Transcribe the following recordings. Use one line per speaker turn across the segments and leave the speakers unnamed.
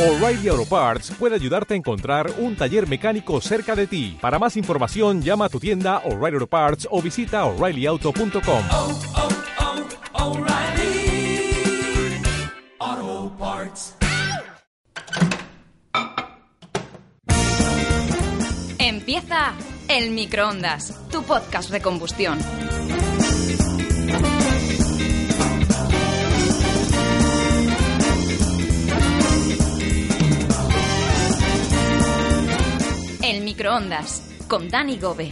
O'Reilly Auto Parts puede ayudarte a encontrar un taller mecánico cerca de ti. Para más información, llama a tu tienda O'Reilly Auto Parts o visita oreillyauto.com.
O'Reilly Auto Parts.
Empieza El Microondas, tu podcast de combustión. El Microondas, con Dani Gobe.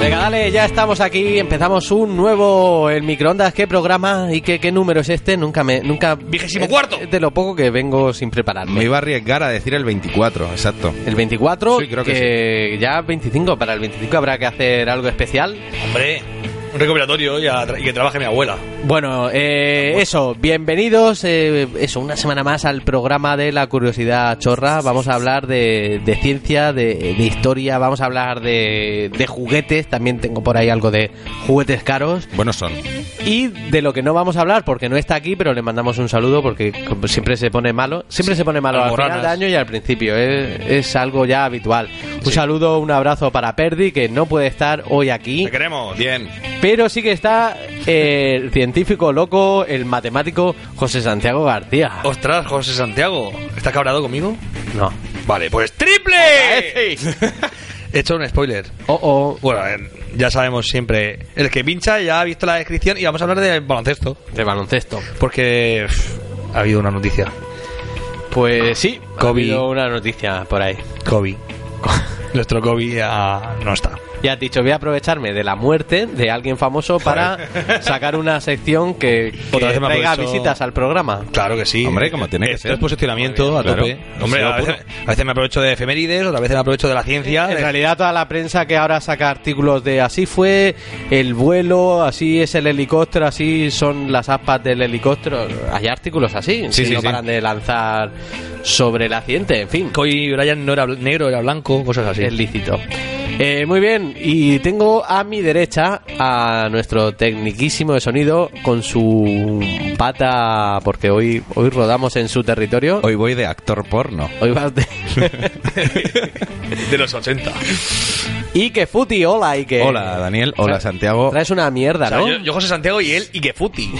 Venga, dale, ya estamos aquí, empezamos un nuevo El Microondas, ¿qué programa y qué, qué número es este? Nunca me... Nunca,
¡Vigésimo
es-
cuarto!
es de lo poco que vengo sin prepararme.
Me iba a arriesgar a decir el 24, exacto.
El 24,
Sí, creo
que,
que
ya 25, para el 25 habrá que hacer algo especial.
Hombre, un recuperatorio y, a tra- y que trabaje mi abuela.
Bueno, eh, eso, bienvenidos, eh, eso, una semana más al programa de la curiosidad chorra. Vamos a hablar de, de ciencia, de, de historia, vamos a hablar de, de juguetes, también tengo por ahí algo de juguetes caros.
Buenos son.
Y de lo que no vamos a hablar, porque no está aquí, pero le mandamos un saludo porque como siempre se pone malo. Siempre se pone malo al
almorranas.
final de año y al principio. eh, Es algo ya habitual. Un saludo, un abrazo para Perdi, que no puede estar hoy aquí.
Te queremos.
Bien.
Pero sí que está eh, el científico loco, el matemático José Santiago García.
Ostras, José Santiago, ¿estás cabrado conmigo?
No.
Vale, pues triple. He hecho un spoiler.
Oh, oh.
Bueno, a ver, ya sabemos siempre. El que pincha ya ha visto la descripción y vamos a hablar de baloncesto.
De baloncesto.
Porque pff, ha habido una noticia.
Pues sí, ha
Kobe.
habido una noticia por ahí.
Kobe. Nuestro Kobe ya no está.
Ya has dicho, voy a aprovecharme de la muerte de alguien famoso para sacar una sección que, que
Otra vez me
traiga
aprovecho.
visitas al programa.
Claro que sí.
Hombre, como tiene que
Esto
ser.
es posicionamiento a
Claro.
tope. Hombre,
Deseo
a veces, a veces me aprovecho de efemérides, otras veces me aprovecho de la ciencia.
En
de-
realidad toda la prensa que ahora saca artículos de así fue el vuelo, así es el helicóptero, así son las aspas del helicóptero. Hay artículos así,
Sí,
que
sí,
no
sí.
paran de lanzar sobre el accidente, en fin,
Kobe Bryant no era bl- negro, era blanco, cosas así.
es lícito. Eh, muy bien, y tengo a mi derecha a nuestro tecniquísimo de sonido con su pata, porque hoy, hoy rodamos en su territorio.
Hoy voy de actor porno.
Hoy vas de-
de los 80.
Ike Futi, hola Ike.
Hola, Daniel. Hola, Santiago.
Traes una mierda,
O sea,
¿no?
yo, yo José Santiago y él y Gefuti.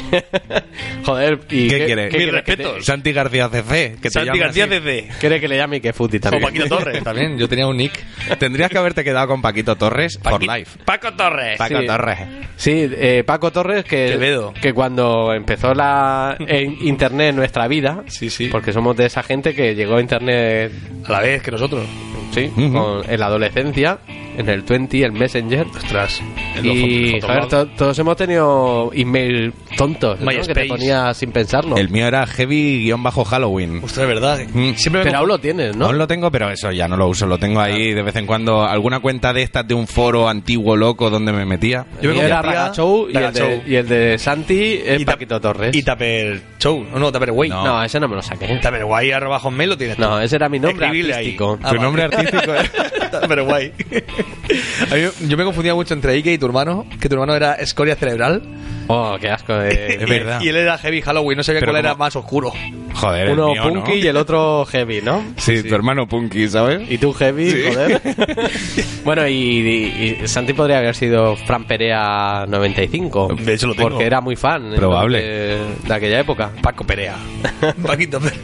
Joder, ¿y
¿Qué quieres?
¿Qué
Mis
quieres que te-
respetos.
Santi García CC. Que te
Santi
llaman
García
así.
desde.
¿Quieres que le llame Ike Futi
O
también?
Paquito Torres también. Yo tenía un nick.
Tendrías que haberte quedado con Paquito Torres por
Paqui-
life.
Paco Torres.
Paco
sí.
Torres.
Sí, eh, Paco Torres, que,
Quevedo.
que cuando empezó la en Internet en nuestra vida,
Sí, sí.
porque somos de esa gente que llegó a Internet
A la vez que nosotros.
sí,
Ujú.
con- en la adolescencia, en el 20, el Messenger.
Ostras. En los
Y
fotos-
joder, to- todos hemos tenido email tontos ¿no? que te
MySpace.
ponía sin pensarlo.
El mío era heavy-halloween.
Ostras, verdad.
Mm.
Siempre me
Pero aún lo tienes, ¿no?
¿no? lo tengo, pero eso ya no lo uso. Lo tengo ahí de vez en cuando. Alguna cuenta de estas de un foro antiguo loco donde me metía.
Yo
me
era
convertía-
Ragachou y, el de-
Ragachou.
y el de Santi es
Y ta-
Paquito Torres.
Y Tupper Show. No, Eh, no, eh. Tupper Way.
no. ese no me lo saqué.
Tupper Way arroba hotmail lo tienes. tú.
No, ese era mi nombre
Escribile ahí.
artístico.
Ah,
Tu
vale.
nombre artístico es-
Pero guay. A mí- yo me confundía mucho entre Ike y tu hermano, que tu hermano era escoria cerebral.
Oh, qué asco. eh.
Es verdad.
Y él era heavy Halloween, no sabía
Pero
cuál era
como-
más oscuro.
Joder, el
Uno
mío, ¿no?
punky y el otro heavy, ¿no?
Sí, tu hermano punky, ¿sabes?
Y tú heavy, joder. bueno, y, y- y Santi podría haber sido Fran Perea 95.
De hecho, lo tengo.
Porque era muy fan.
Probable.
eh, De, aquella época.
Paco Perea. Paquito Perea.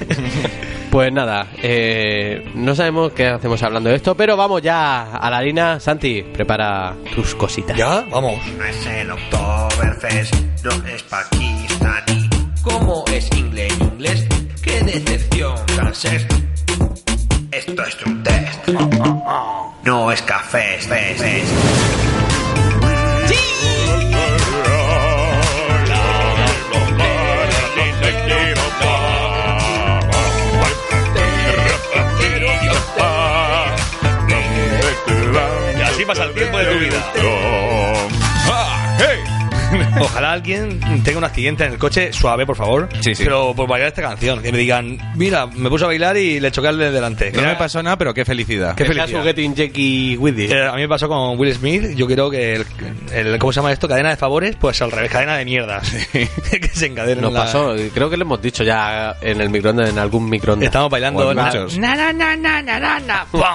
Pues nada, eh, no sabemos qué hacemos hablando de esto, pero vamos ya a la harina. Santi, prepara tus cositas.
¿Ya? Vamos.
No es el Oktoberfest, no es pakistaní. ¿Cómo es inglés y inglés? ¡Qué decepción francés! Esto es un test. No es café, es fest, fest.
Y así pasa el tiempo de tu vida. Ojalá alguien tenga un accidente en el coche suave, por favor.
Sí, sí.
Pero por bailar esta canción. Que me digan, mira, me puse a bailar y le choqué al de delante.
No me pasó nada, pero qué felicidad.
Qué
Deja
felicidad.
su Getting Jackie with it.
Eh, a mí me pasó con Will Smith. Yo quiero que el, el- ¿Cómo se llama esto? Cadena de favores. Pues al revés, cadena de mierdas. que se encadenen.
Nos
la-
pasó, creo que lo hemos dicho ya en el microondas, en algún microondas.
Estamos bailando
Bueno,
na-
muchos.
na, na, na, na, na, na, na, pum.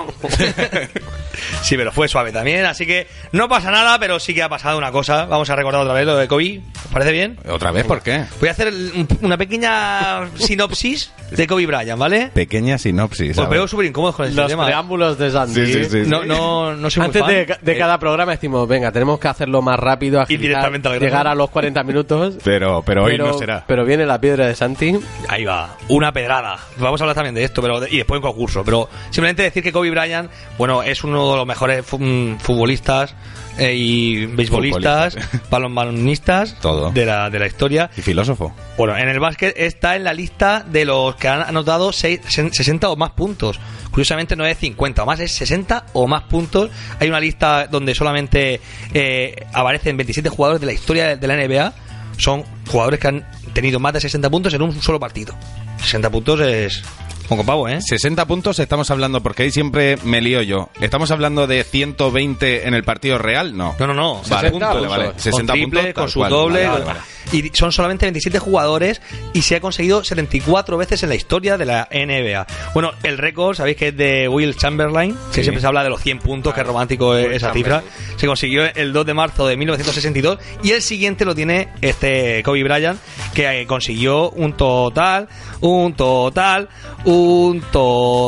Sí, pero fue suave también, así que no pasa nada, pero sí que ha pasado una cosa. Vamos a recordar otra vez lo de Kobe. ¿Os parece bien?
¿Otra vez por qué?
Voy a hacer el- una pequeña sinopsis de Kobe Bryant, ¿vale?
Pequeña sinopsis.
Os
a ver.
veo súper incómodos con este
Los
tema.
preámbulos de Sandy.
Sí, sí, sí.
No, no, no soy muy
Antes
fan.
de, de cada programa decimos, venga, tenemos que hacerlo más rápido, agilizar,
directamente al grano.
llegar a los 40 minutos.
Pero, pero hoy no será.
Pero viene la piedra de Santi.
Ahí va, una pedrada. Vamos a hablar también de esto pero de- y después un concurso. Pero simplemente decir que Kobe Bryant, bueno, es uno de los mejores fu- mm, futbolistas eh, y beisbolistas,
Futbolistas.
balonmanistas
Todo.
De, la, de la historia.
Y filósofo.
Bueno, en el básquet está en la lista de los que han anotado seis- se- 60 o más puntos. Curiosamente no es 50 o más, es 60 o más puntos. Hay una lista donde solamente eh, aparecen 27 jugadores de la historia de la NBA. Son jugadores que han tenido más de 60 puntos en un solo partido. 60 puntos es... Poco pavo, ¿eh?
60 puntos estamos hablando, porque ahí siempre me lío yo. ¿Estamos hablando de 120 en el partido real? No.
No, no, no.
60
60
puntos.
puntos.
Vale, vale. 60
con triple,
puntos,
con
tal
su
cual.
doble.
Vale, vale, vale.
Y son solamente 27 jugadores y se ha conseguido 74 veces en la historia de la NBA. Bueno, el récord, sabéis que es de Will Chamberlain, que
Sí.
siempre se habla de los 100 puntos, que romántico es
Will
esa cifra.
Chamberlain.
Se consiguió el 2 de marzo de 1962 y el siguiente lo tiene este Kobe Bryant, que eh, consiguió un total, un total, un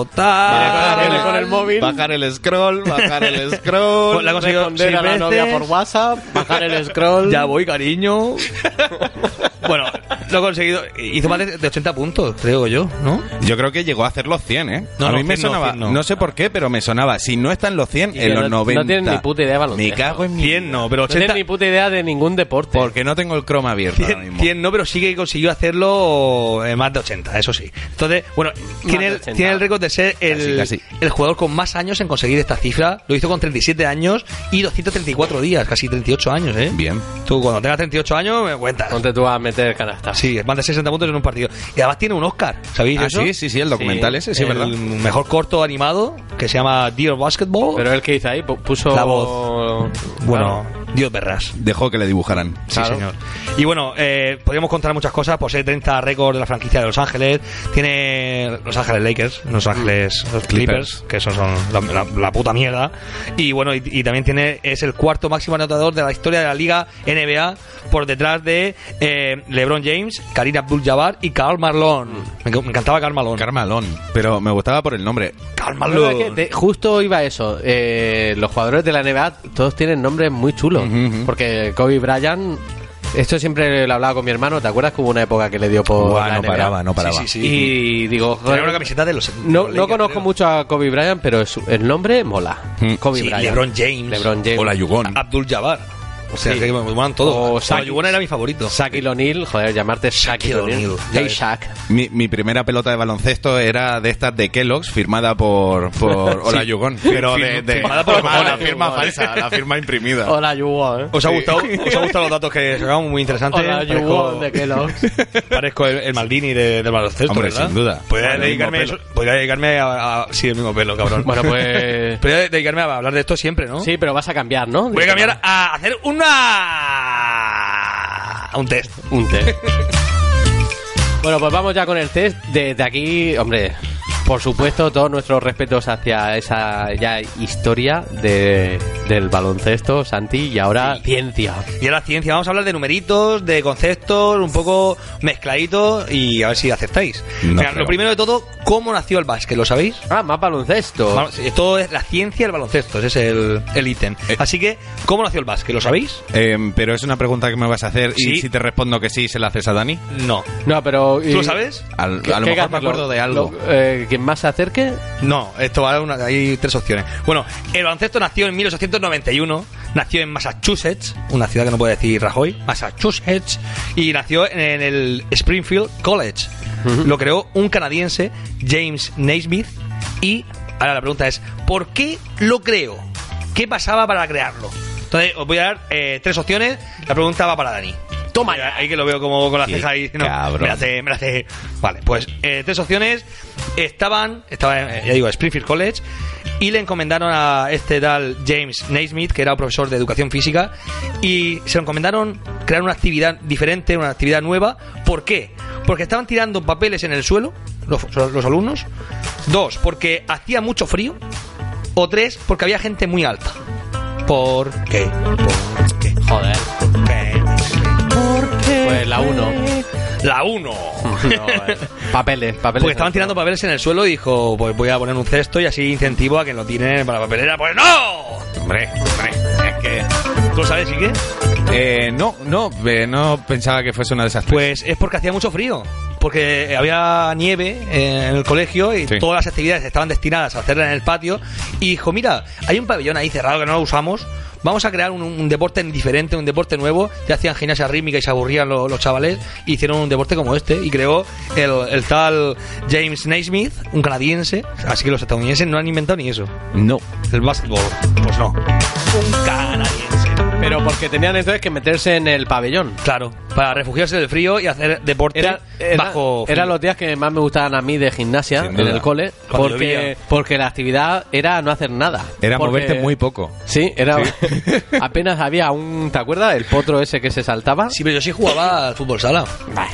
total.
Viene con el móvil.
Bajar el scroll, bajar el scroll.
Pues La ha conseguido
responder
seis
a la novia
veces.
por WhatsApp, bajar el scroll.
Ya voy, cariño. bueno, lo he conseguido. Hizo más de de 80 puntos, creo yo, ¿no?
Yo creo que llegó a hacer los 100, ¿eh?
No,
a
no,
mí me
100 no,
sonaba,
100
no,
no.
sé por qué, pero me sonaba. Si no está en los 100,
Y
en
que
los
no- no
90.
tienen ni puta idea de baloncesto.
Me cago en mi.
100 no, pero
no tienes
80.
ni puta idea de ningún deporte.
Porque no tengo el croma abierto ahora
100,
mismo.
100 no, pero sí que consiguió hacerlo eh, más de 80, eso sí. Entonces, bueno, tiene
de
el,
80.
tiene el récord de ser el,
Casi, casi.
el jugador con más años en conseguir esta cifra. Lo hizo con 37 años y 234 días, casi 38 años, ¿eh?
Bien.
Tú cuando tengas 38 años me cuentas.
¿Dónde tú vas a meter canasta?
Sí, más de 60 puntos en un partido. Y además tiene un Oscar, ¿sabéis
Ah,
eso?
sí, sí, sí, el documental
Sí,
ese, sí,
el
¿verdad?
mejor corto animado que se llama Dear Basketball.
Pero él que hizo ahí, Pu- puso.
La voz. bueno, Dios verás.
Dejó que le dibujaran.
Sí,
Claro.
señor. Y bueno, eh, podríamos contar muchas cosas. Posee 30 récords de la franquicia de Los Ángeles. Tiene Los Ángeles Lakers, Los Ángeles Clippers, que esos son la, la- la puta mierda. Y bueno, y, y también tiene es el cuarto máximo anotador de la historia de la liga NBA por detrás de eh, LeBron James, Karina Abdul-Jabbar y Karl Malone. Me, enc- me encantaba Karl Malone.
Carmalón. Pero me gustaba por el nombre.
Karl
La verdad que de- justo iba eso. eh, los jugadores de la NBA todos tienen nombres muy chulos.
Ujú, ujú.
Porque Kobe Bryant. Esto siempre lo hablaba con mi hermano. ¿Te acuerdas que hubo una época que le dio por.
Buah,
la
no
NBA?
paraba, no paraba.
Sí, sí, sí.
Y digo,
Tenía
joder,
una camiseta de los.
no, no
los Lakers,
conozco
creo.
mucho a Kobe Bryant, pero su- el nombre mola.
Mm.
Kobe
Sí,
Bryant.
LeBron James.
LeBron James.
O la Yugón.
Abdul Jabbar. O sea,
Sí.
que me molan
O
todos.
Shaq-
La Yugona era mi favorito.
Shaquille O'Neal. Joder, llamarte Shaquille
Shaquille
O'Neal.
O'Neal, ya
Hey,
ves.
Shaq.
Mi, mi primera pelota de baloncesto era de estas de Kellogg's, firmada por, por Hola Yugón. Pero de, de-
firmada por
firmada,
Hola
la firma
Yugón.
falsa, la firma imprimida.
Hola, Yugo, ¿eh?
¿Os ha gustado? ¿Os ha gustado los datos que sacamos? Muy interesantes.
Hola, Yugo
Parezco-
de Kellogg's.
Parezco el, el Maldini de, del baloncesto,
Hombre,
¿verdad?
sin duda.
Podría
Con el mismo
dedicarme,
pelo.
eso- podría dedicarme a, a- Sí, el mismo pelo, cabrón.
bueno, pues.
Podría dedicarme a hablar de esto siempre, ¿no?
Sí, pero vas a cambiar, ¿no?
Voy a cambiar a hacer una... Un test.
Un test. bueno, pues vamos ya con el test. Desde aquí, hombre, por supuesto, todos nuestros respetos hacia esa ya historia de, del baloncesto, Santi, y ahora ciencia.
Y ahora ciencia, vamos a hablar de numeritos, de conceptos, un poco mezcladitos y a ver si aceptáis.
No
Mira,
creo.
lo primero de todo, ¿cómo nació el básquet? ¿Lo sabéis?
Ah, más
Oh.
baloncesto.
Vamos, Esto es la ciencia del baloncesto, ese es el, el ítem.
Eh.
Así que, ¿cómo nació el básquet? ¿Lo sabéis?
Em, pero es una pregunta que me vas a hacer y
Sí.
si te respondo que sí, se la haces a Dani.
No.
no, pero.
¿Tú lo sabes?
Al- a lo mejor me acuerdo de algo.
eh, Quien más se acerque.
No, esto va a una- hay tres opciones. Bueno, el baloncesto nació en 1891, nació en Massachusetts, una ciudad que no puede decir Rajoy, Massachusetts, y nació en el Springfield College. Lo creó un canadiense, James Naismith, y ahora la pregunta es, ¿por qué lo creó? ¿Qué pasaba para crearlo? Entonces, os voy a dar eh, tres opciones. La pregunta va para Dani.
Toma
Mira, Ahí que lo veo como con la
Qué
ceja ahí. No,
cabrón.
me la hace, me la hace. Vale, pues eh, tres opciones. Estaban, estaba, eh, ya digo, Springfield College. Y le encomendaron a este tal James Naismith, que era un profesor de educación física. Y se lo encomendaron crear una actividad diferente, una actividad nueva. ¿Por qué? Porque estaban tirando papeles en el suelo, los, los alumnos. Dos, porque hacía mucho frío. O tres, porque había gente muy alta. ¿Por qué? ¿Por qué?
Joder. Pues la 1.
La 1.
papeles, papeles.
Porque estaban tirando papeles en el suelo y dijo, pues voy a poner un cesto y así incentivo a que lo tiren para la papelera. Pues no.
Hombre, hombre, es que...
¿Tú lo sabes, y qué?
Eh, no, no, eh, no pensaba que fuese una de esas tres.
Pues es porque hacía mucho frío. Porque había nieve eh, en el colegio y
Sí.
todas las actividades estaban destinadas a hacerlas en el patio. Y dijo, mira, hay un pabellón ahí cerrado que no lo usamos. Vamos a crear un, un deporte diferente, un deporte nuevo. Ya hacían gimnasia rítmica y se aburrían lo- los chavales. y hicieron un deporte como este. Y creó el, el tal James Naismith, un canadiense. Así que los estadounidenses no han inventado ni eso.
no.
El básquetbol. Pues no. Un canadiense.
Pero porque tenían entonces que meterse en el pabellón.
Claro, para refugiarse del frío y hacer deporte
Era, era-
bajo.
eran
frío.
los días que más me gustaban a mí de gimnasia
Sin
en
duda.
el cole.
Cuando llovía.
Porque, porque la actividad era no hacer nada.
Era
Porque-
moverte muy poco.
Sí, era. apenas había un. ¿Te acuerdas? El potro ese que se saltaba.
Sí, pero yo sí jugaba al fútbol sala.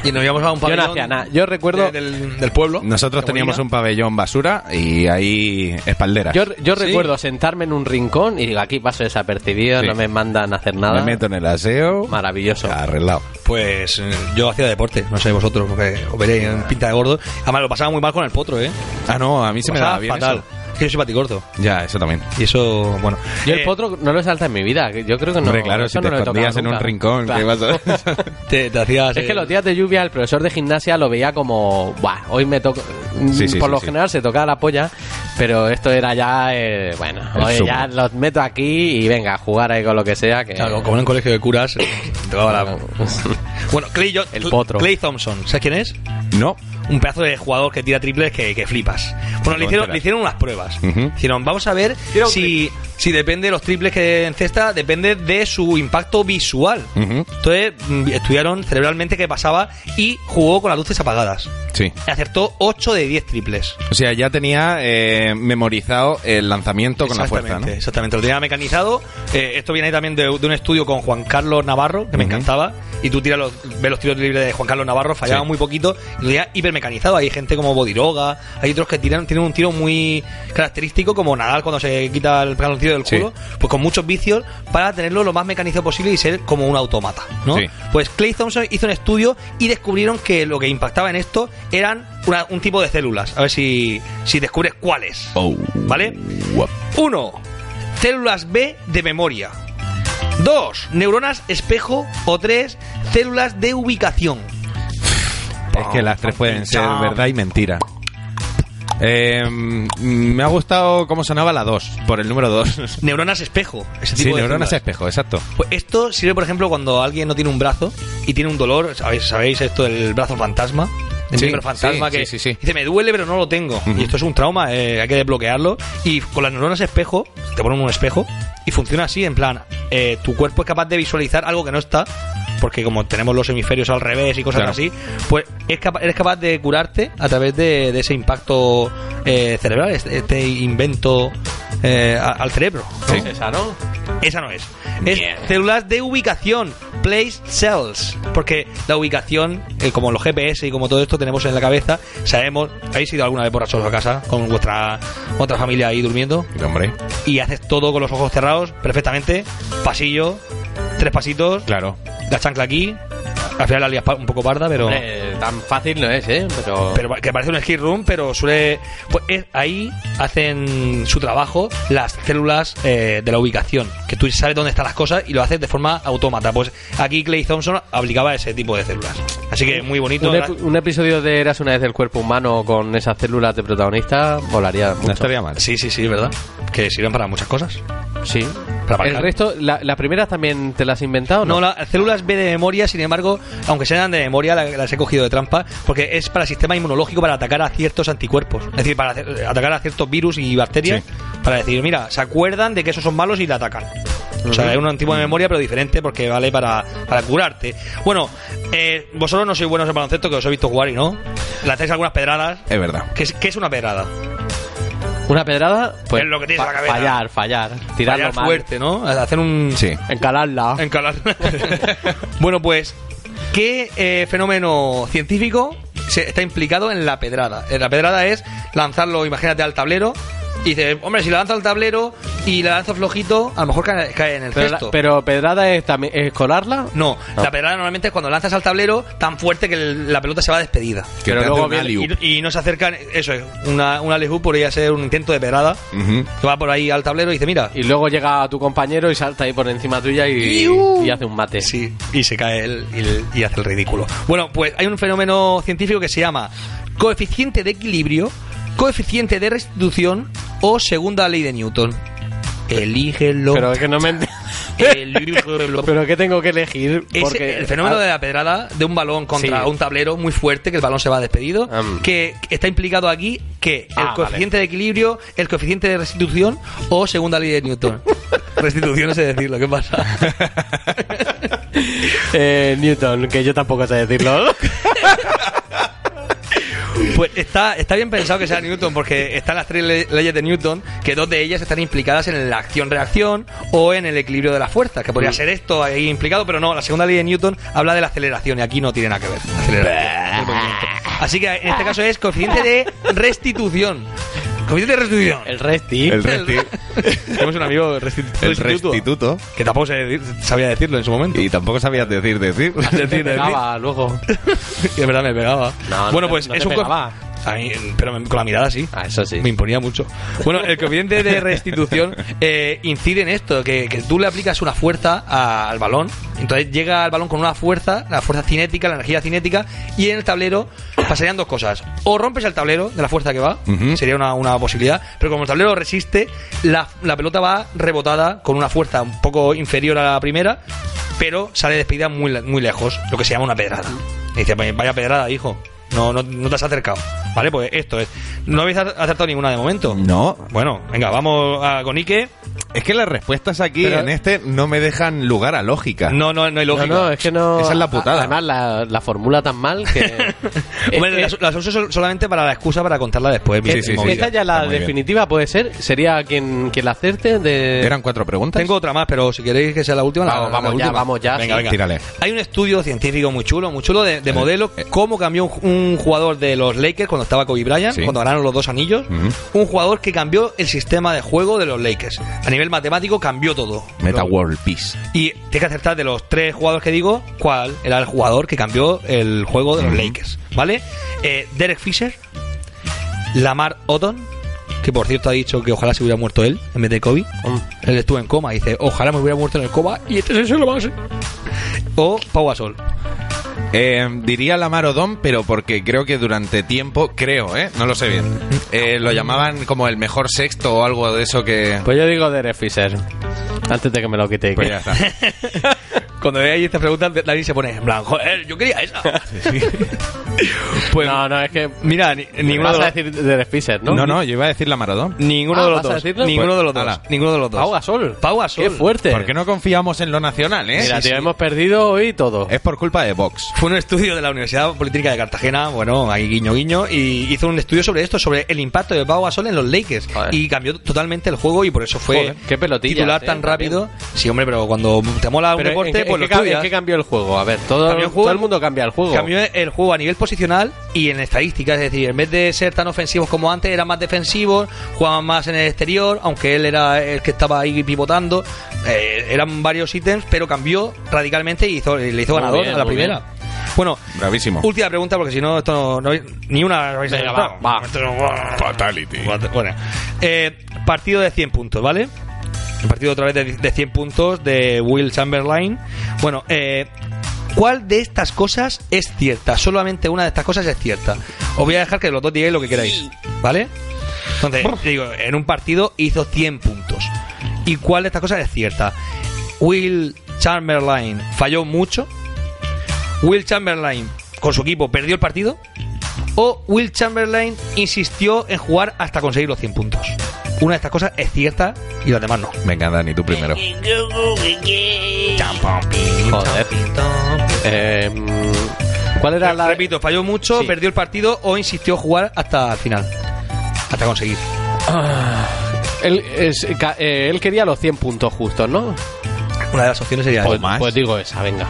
Y nos íbamos a un
Yo no
pabellón
hacía nada. Yo recuerdo.
de- del, del pueblo.
Nosotros
de
teníamos
Molina.
un pabellón basura y ahí espalderas.
Yo, yo
Sí.
recuerdo sentarme en un rincón y digo, aquí paso desapercibido,
Sí.
no me mandan a hacer nada.
Me meto en el aseo.
Maravilloso.
Arreglado.
Pues eh, yo hacía deporte, no sé vosotros, porque os veréis en pinta de gordo. Además, lo pasaba muy mal con el potro, ¿eh?
Ah, no, a mí se
Lo
me
pasaba
daba bien
fatal. Es que yo soy patigordo.
eso. Ya, eso también.
Y eso, bueno.
Yo el
Eh,
potro no lo salta en mi vida, que yo creo que no.
Hombre, claro,
eso
si te
no lo he tocado
escondías en un
nunca.
rincón, ¿qué
Claro.
vas a
Te, te hacías.
Es que
eh,
los días de lluvia el profesor de gimnasia lo veía como, Buah, hoy me toca...
Sí, sí,
Por
sí,
lo
sí.
general se tocaba la polla, pero esto era ya, eh, bueno,
El
oye,
sumo.
ya los meto aquí y venga, a jugar ahí con lo que sea. Que...
Claro, como en un colegio de curas. eh, te daba la- Bueno, Clay, yo-
El potro.
Clay Thompson, ¿sabes quién es?
No.
un pedazo de jugador que tira triples que, que flipas. Bueno, le hicieron, le hicieron unas pruebas.
Ujú.
Dijeron, vamos a ver
Tira un
si, si depende de los triples que encesta, depende de su impacto visual.
Ujú.
Entonces mm, estudiaron cerebralmente qué pasaba y jugó con las luces apagadas.
Sí.
Acertó 8 de 10 triples.
O sea, ya tenía eh, memorizado el lanzamiento con la fuerza, ¿no?
Exactamente, Exactamente, lo tenía mecanizado. Eh, esto viene ahí también de, de un estudio con Juan Carlos Navarro, que me
Ujú.
encantaba. Y tú tiras los, ves los tiros libres de Juan Carlos Navarro, fallaban
Sí.
muy poquito. Y lo tenía hipermecanizado. Hay gente como Bodiroga, hay otros que tiran, tienen un tiro muy característico, como Nadal cuando se quita el tiro del
Sí.
culo. Pues con muchos vicios para tenerlo lo más mecanizado posible y ser como un automata, ¿no?
Sí.
Pues Clay Thompson hizo un estudio y descubrieron que lo que impactaba en esto eran una- un tipo de células. A ver si, si descubres cuáles.
Oh.
¿Vale? 1. Células B de memoria. 2. Neuronas espejo. O 3. Células de ubicación.
Es que las tres pueden ser verdad y mentira. Eh, mm, me ha gustado cómo sonaba la 2, por el número 2.
Neuronas espejo. Ese
Sí,
tipo de
neuronas
células.
espejo, exacto.
Pues esto sirve, por ejemplo, cuando alguien no tiene un brazo y tiene un dolor. ¿Sabéis, sabéis esto del brazo fantasma? El
Sí,
miembro fantasma
sí,
que
sí, sí, sí.
dice, me duele, pero no lo tengo. Y esto es un trauma, eh, hay que desbloquearlo. Y con las neuronas espejo, te ponen un espejo y funciona así, en plan, eh, tu cuerpo es capaz de visualizar algo que no está, porque como tenemos los hemisferios al revés y cosas
Claro.
así, pues es capa- eres capaz de curarte a través de, de ese impacto eh, cerebral, este, este invento eh, a- al cerebro. ¿no?
¿Es esa, no?
Esa no es. Es células de ubicación, place cells. Porque la ubicación, eh, como los GPS y como todo esto tenemos en la cabeza, sabemos, habéis ido alguna vez borrachosos a casa con vuestra otra familia ahí durmiendo
Hombre,
y haces todo con los ojos cerrados perfectamente, pasillo, tres pasitos,
claro.
la chancla aquí, al final la lías pa- un poco parda, pero...
Hombre, tan fácil no es, ¿eh? Pero...
Pero que parece un ski room, pero suele. Pues eh, ahí hacen su trabajo las células eh, de la ubicación, que tú sabes dónde están las cosas y lo haces de forma autómata. Pues aquí Clay Thompson aplicaba ese tipo de células. Así que muy bonito.
un,
¿verdad?
ep- un episodio de Eras una vez del cuerpo humano con esas células de protagonista volaría
No
mucho.
estaría mal.
Sí, sí, sí, ¿verdad? Que sirven para muchas cosas.
Sí.
Para aparcar.
El resto, la- las primeras también te las has inventado,
No,
¿no?
las células B de memoria, sin embargo, aunque sean de memoria, la- las he cogido de trampa, porque es para el sistema inmunológico para atacar a ciertos anticuerpos. Es decir, para eh, hacer- atacar a ciertos virus y bacterias,
Sí.
para decir, mira, se acuerdan de que esos son malos y la atacan. O sea, es un tipo de memoria, pero diferente porque vale para, para curarte. Bueno, eh, vosotros no sois buenos en baloncesto, que os he visto jugar y no. Le hacéis algunas pedradas.
Es verdad.
¿Qué es, qué es una pedrada?
Una pedrada, pues
Es lo que tienes en la cabeza.
fallar, fallar, tirarlo
Fallar
mal,
fuerte, ¿no? Hacer un.
Sí.
encalarla.
Encalar. bueno, pues, ¿qué eh, fenómeno científico se está implicado en la pedrada? Eh, La pedrada es lanzarlo, imagínate, al tablero. Y dices, hombre, si la lanzo al tablero y la lanzo flojito, a lo mejor cae, cae en el
Pero, Ah. la-
cesto.
pero pedrada es también es colarla.
no,
No.
la pedrada normalmente es cuando lanzas al tablero tan fuerte que el- la pelota se va despedida.
Que
Pero
te hace
luego
un
viene-
alley-oop.
Y, y no se acercan, eso es, una, una alley-oop podría ser un intento de pedrada.
Ujú.
Que va por ahí al tablero y dice, mira,
Y luego llega tu compañero y salta ahí por encima tuya y, y hace un mate.
Sí, Este. y se cae él y, el- y hace el ridículo. Bueno, pues hay un fenómeno científico que se llama coeficiente de equilibrio, coeficiente de restitución o segunda ley de Newton. Elígelo.
Pero que no me ent-
elígelo.
Pero que tengo que elegir
Ese-
porque
el fenómeno
Ah,
de la pedrada de un balón contra
Sí.
un tablero muy fuerte, que el balón se va despedido,
Am.
que está implicado aquí que el
Ah,
coeficiente de equilibrio, el coeficiente de restitución o segunda ley de Newton. restitución es decirlo, ¿qué pasa?
eh, Newton, que yo tampoco sé decirlo.
Pues está, está bien pensado que sea Newton, porque están las tres le- leyes de Newton, que dos de ellas están implicadas en la acción-reacción o en el equilibrio de las fuerzas, que podría ser esto ahí implicado, pero no, la segunda ley de Newton habla de la aceleración y aquí no tiene nada que ver. Aceleración, movimiento. Así que en este caso es coeficiente de restitución. Coeficiente de restitución.
el resti.
El resti-
Tenemos un amigo restituto.
el restituto.
Que tampoco se de- sabía decirlo en su momento.
Y tampoco sabías decir, decir.
Decir, decir.
Pegaba luego.
Y en verdad me pegaba.
No, no
bueno,
te-
pues
no
es
te
un co-
pegaba.
A mí, pero me- con la mirada sí.
Ah, eso sí.
Me imponía mucho. Bueno, el coeficiente de restitución eh, incide en esto, que, que tú le aplicas una fuerza a- al balón, entonces llega al balón con una fuerza, la fuerza cinética, la energía cinética, y en el tablero pasarían dos cosas. O rompes el tablero de la fuerza que va,
Ujú.
sería una, una posibilidad, pero como el tablero resiste, la, la pelota va rebotada con una fuerza un poco inferior a la primera, pero sale despedida muy, le- muy lejos, lo que se llama una pedrada. Y dice, "Vaya- vaya pedrada, hijo. No, no, no te has acercado. Vale, pues esto es. No habéis ac- acertado ninguna de momento.
No.
Bueno, venga, vamos a, con Ike.
Es que las respuestas aquí
Pero-
en este no me dejan lugar a lógica.
No, no, no hay
No,
lógica.
no, es que no.
Esa es la putada.
Además, la, la formula tan mal que.
Hombre,
Eh,
las, las uso sol- solamente para la excusa para contarla después. mi-
Sí, sí,
mi
sí.
movida.
Esta ya la
Está muy bien.
definitiva puede ser. Sería quien, quien la acerte de.
Eran cuatro preguntas.
Tengo otra más, pero si queréis que sea la última, la-
Vamos,
la
vamos ya,
última.
vamos ya,
Venga,
sí.
venga.
Tírale. Eh,
Hay un estudio científico muy chulo, muy chulo de, de modelo, cómo cambió un, un jugador de los Lakers cuando estaba Kobe Bryant,
Sí. Mm.
cuando ganaron los dos anillos.
Ujú.
Un jugador que cambió el sistema de juego de los Lakers. A nivel matemático cambió todo.
Meta
Lo-
World Peace.
Y tienes que acertar de los tres jugadores que digo, cuál era el jugador que cambió el juego
Mm.
de los Lakers. ¿Vale? Eh, Derek Fisher, Lamar Odom, que por cierto ha dicho que ojalá se hubiera muerto él en vez de Kobe. Él estuvo en coma y dice, ojalá me hubiera muerto en el coma y este es lo más. O Pau Gasol.
Eh, diría Lamar Odom, pero porque creo que durante tiempo, creo, ¿eh? No lo sé bien. Eh, lo llamaban como el mejor sexto o algo de eso que...
Pues yo digo Derek Fisher. Antes de que me lo quite.
Pues ya está.
Cuando veáis estas preguntas, David se pone en plan, joder, yo quería esa. pues
no, no, es que.
mira, ni- ninguno, de
vas a
los,
decir Derek Fisher, ¿no?
No, no, yo iba a decir Lamar Odom.
ninguno
Ah,
de los
¿vas a
dos.
decirlo?
Ninguno
Pues,
de los dos.
ala.
Ninguno de los dos.
Pau Gasol.
Pau Gasol.
Qué
Este.
fuerte.
¿Por qué no confiamos en lo nacional, eh?
Mira,
Sí, Eh,
tío,
sí.
hemos perdido hoy todo.
Es por culpa de Vox.
Fue un estudio de la Universidad Politécnica de Cartagena, bueno, ahí guiño guiño, y hizo un estudio sobre esto, sobre el impacto de Pau Gasol en los Lakers.
Joder.
Y cambió totalmente el juego y por eso fue
Joder, qué pelotillas,
titular
eh,
tan
también.
rápido. Sí, hombre, pero cuando te mola un
Pero ¿en
deporte,
qué-
pues
en
lo
qué ca-
estudias.
en ¿eh? qué cambió el juego? A ver, todo,
Cambió el juego.
todo el mundo cambia el juego.
Cambió el juego a nivel posicional y en estadísticas, es decir, en vez de ser tan ofensivos como antes, eran más defensivos, jugaban más en el exterior, aunque él era el que estaba ahí pivotando, eh, eran varios ítems, pero cambió radicalmente y hizo- le hizo
Muy
ganador
bien,
a la
muy bien.
primera. Bueno,
Bravísimo.
última pregunta porque si no, esto no, no hay- ni una... habéis
Venga,
acertado.
va, va.
Esto no-
Fatality.
Bueno, eh, partido de 100 puntos, ¿vale? Un partido otra vez de, de 100 puntos de Will Chamberlain. Bueno, eh, ¿cuál de estas cosas es cierta? Solamente una de estas cosas es cierta. Os voy a dejar que los dos digáis lo que queráis, ¿vale? Entonces, digo, en un partido hizo 100 puntos. ¿Y cuál de estas cosas es cierta? Will Chamberlain falló mucho. Will Chamberlain con su equipo perdió el partido. O Will Chamberlain insistió en jugar hasta conseguir los 100 puntos. una de estas cosas es cierta y las demás no.
Venga, Dani, tú primero.
Joder. Eh, ¿Cuál era la...?
Repito, falló mucho,
Sí.
perdió el partido o insistió jugar hasta el final. Hasta conseguir.
Él, es- ca- eh, él quería los 100 puntos justos, ¿no?
Una de las opciones sería
Pues,
esa.
más.
pues digo esa, venga.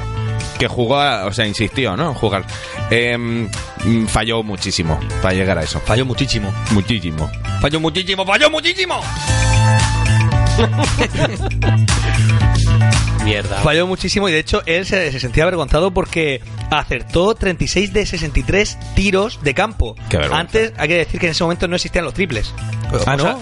Que jugó, a- o sea, insistió, ¿no? En jugar. Eh, mm, falló muchísimo para llegar a eso.
Falló muchísimo.
Muchísimo.
Falló muchísimo, falló muchísimo.
Mierda.
Falló muchísimo y de hecho él se, se sentía avergonzado porque acertó 36 de 63 tiros de campo.
Qué vergüenza.
Antes hay que decir que en ese momento no existían los triples.
Ah,
O sea, no, hizo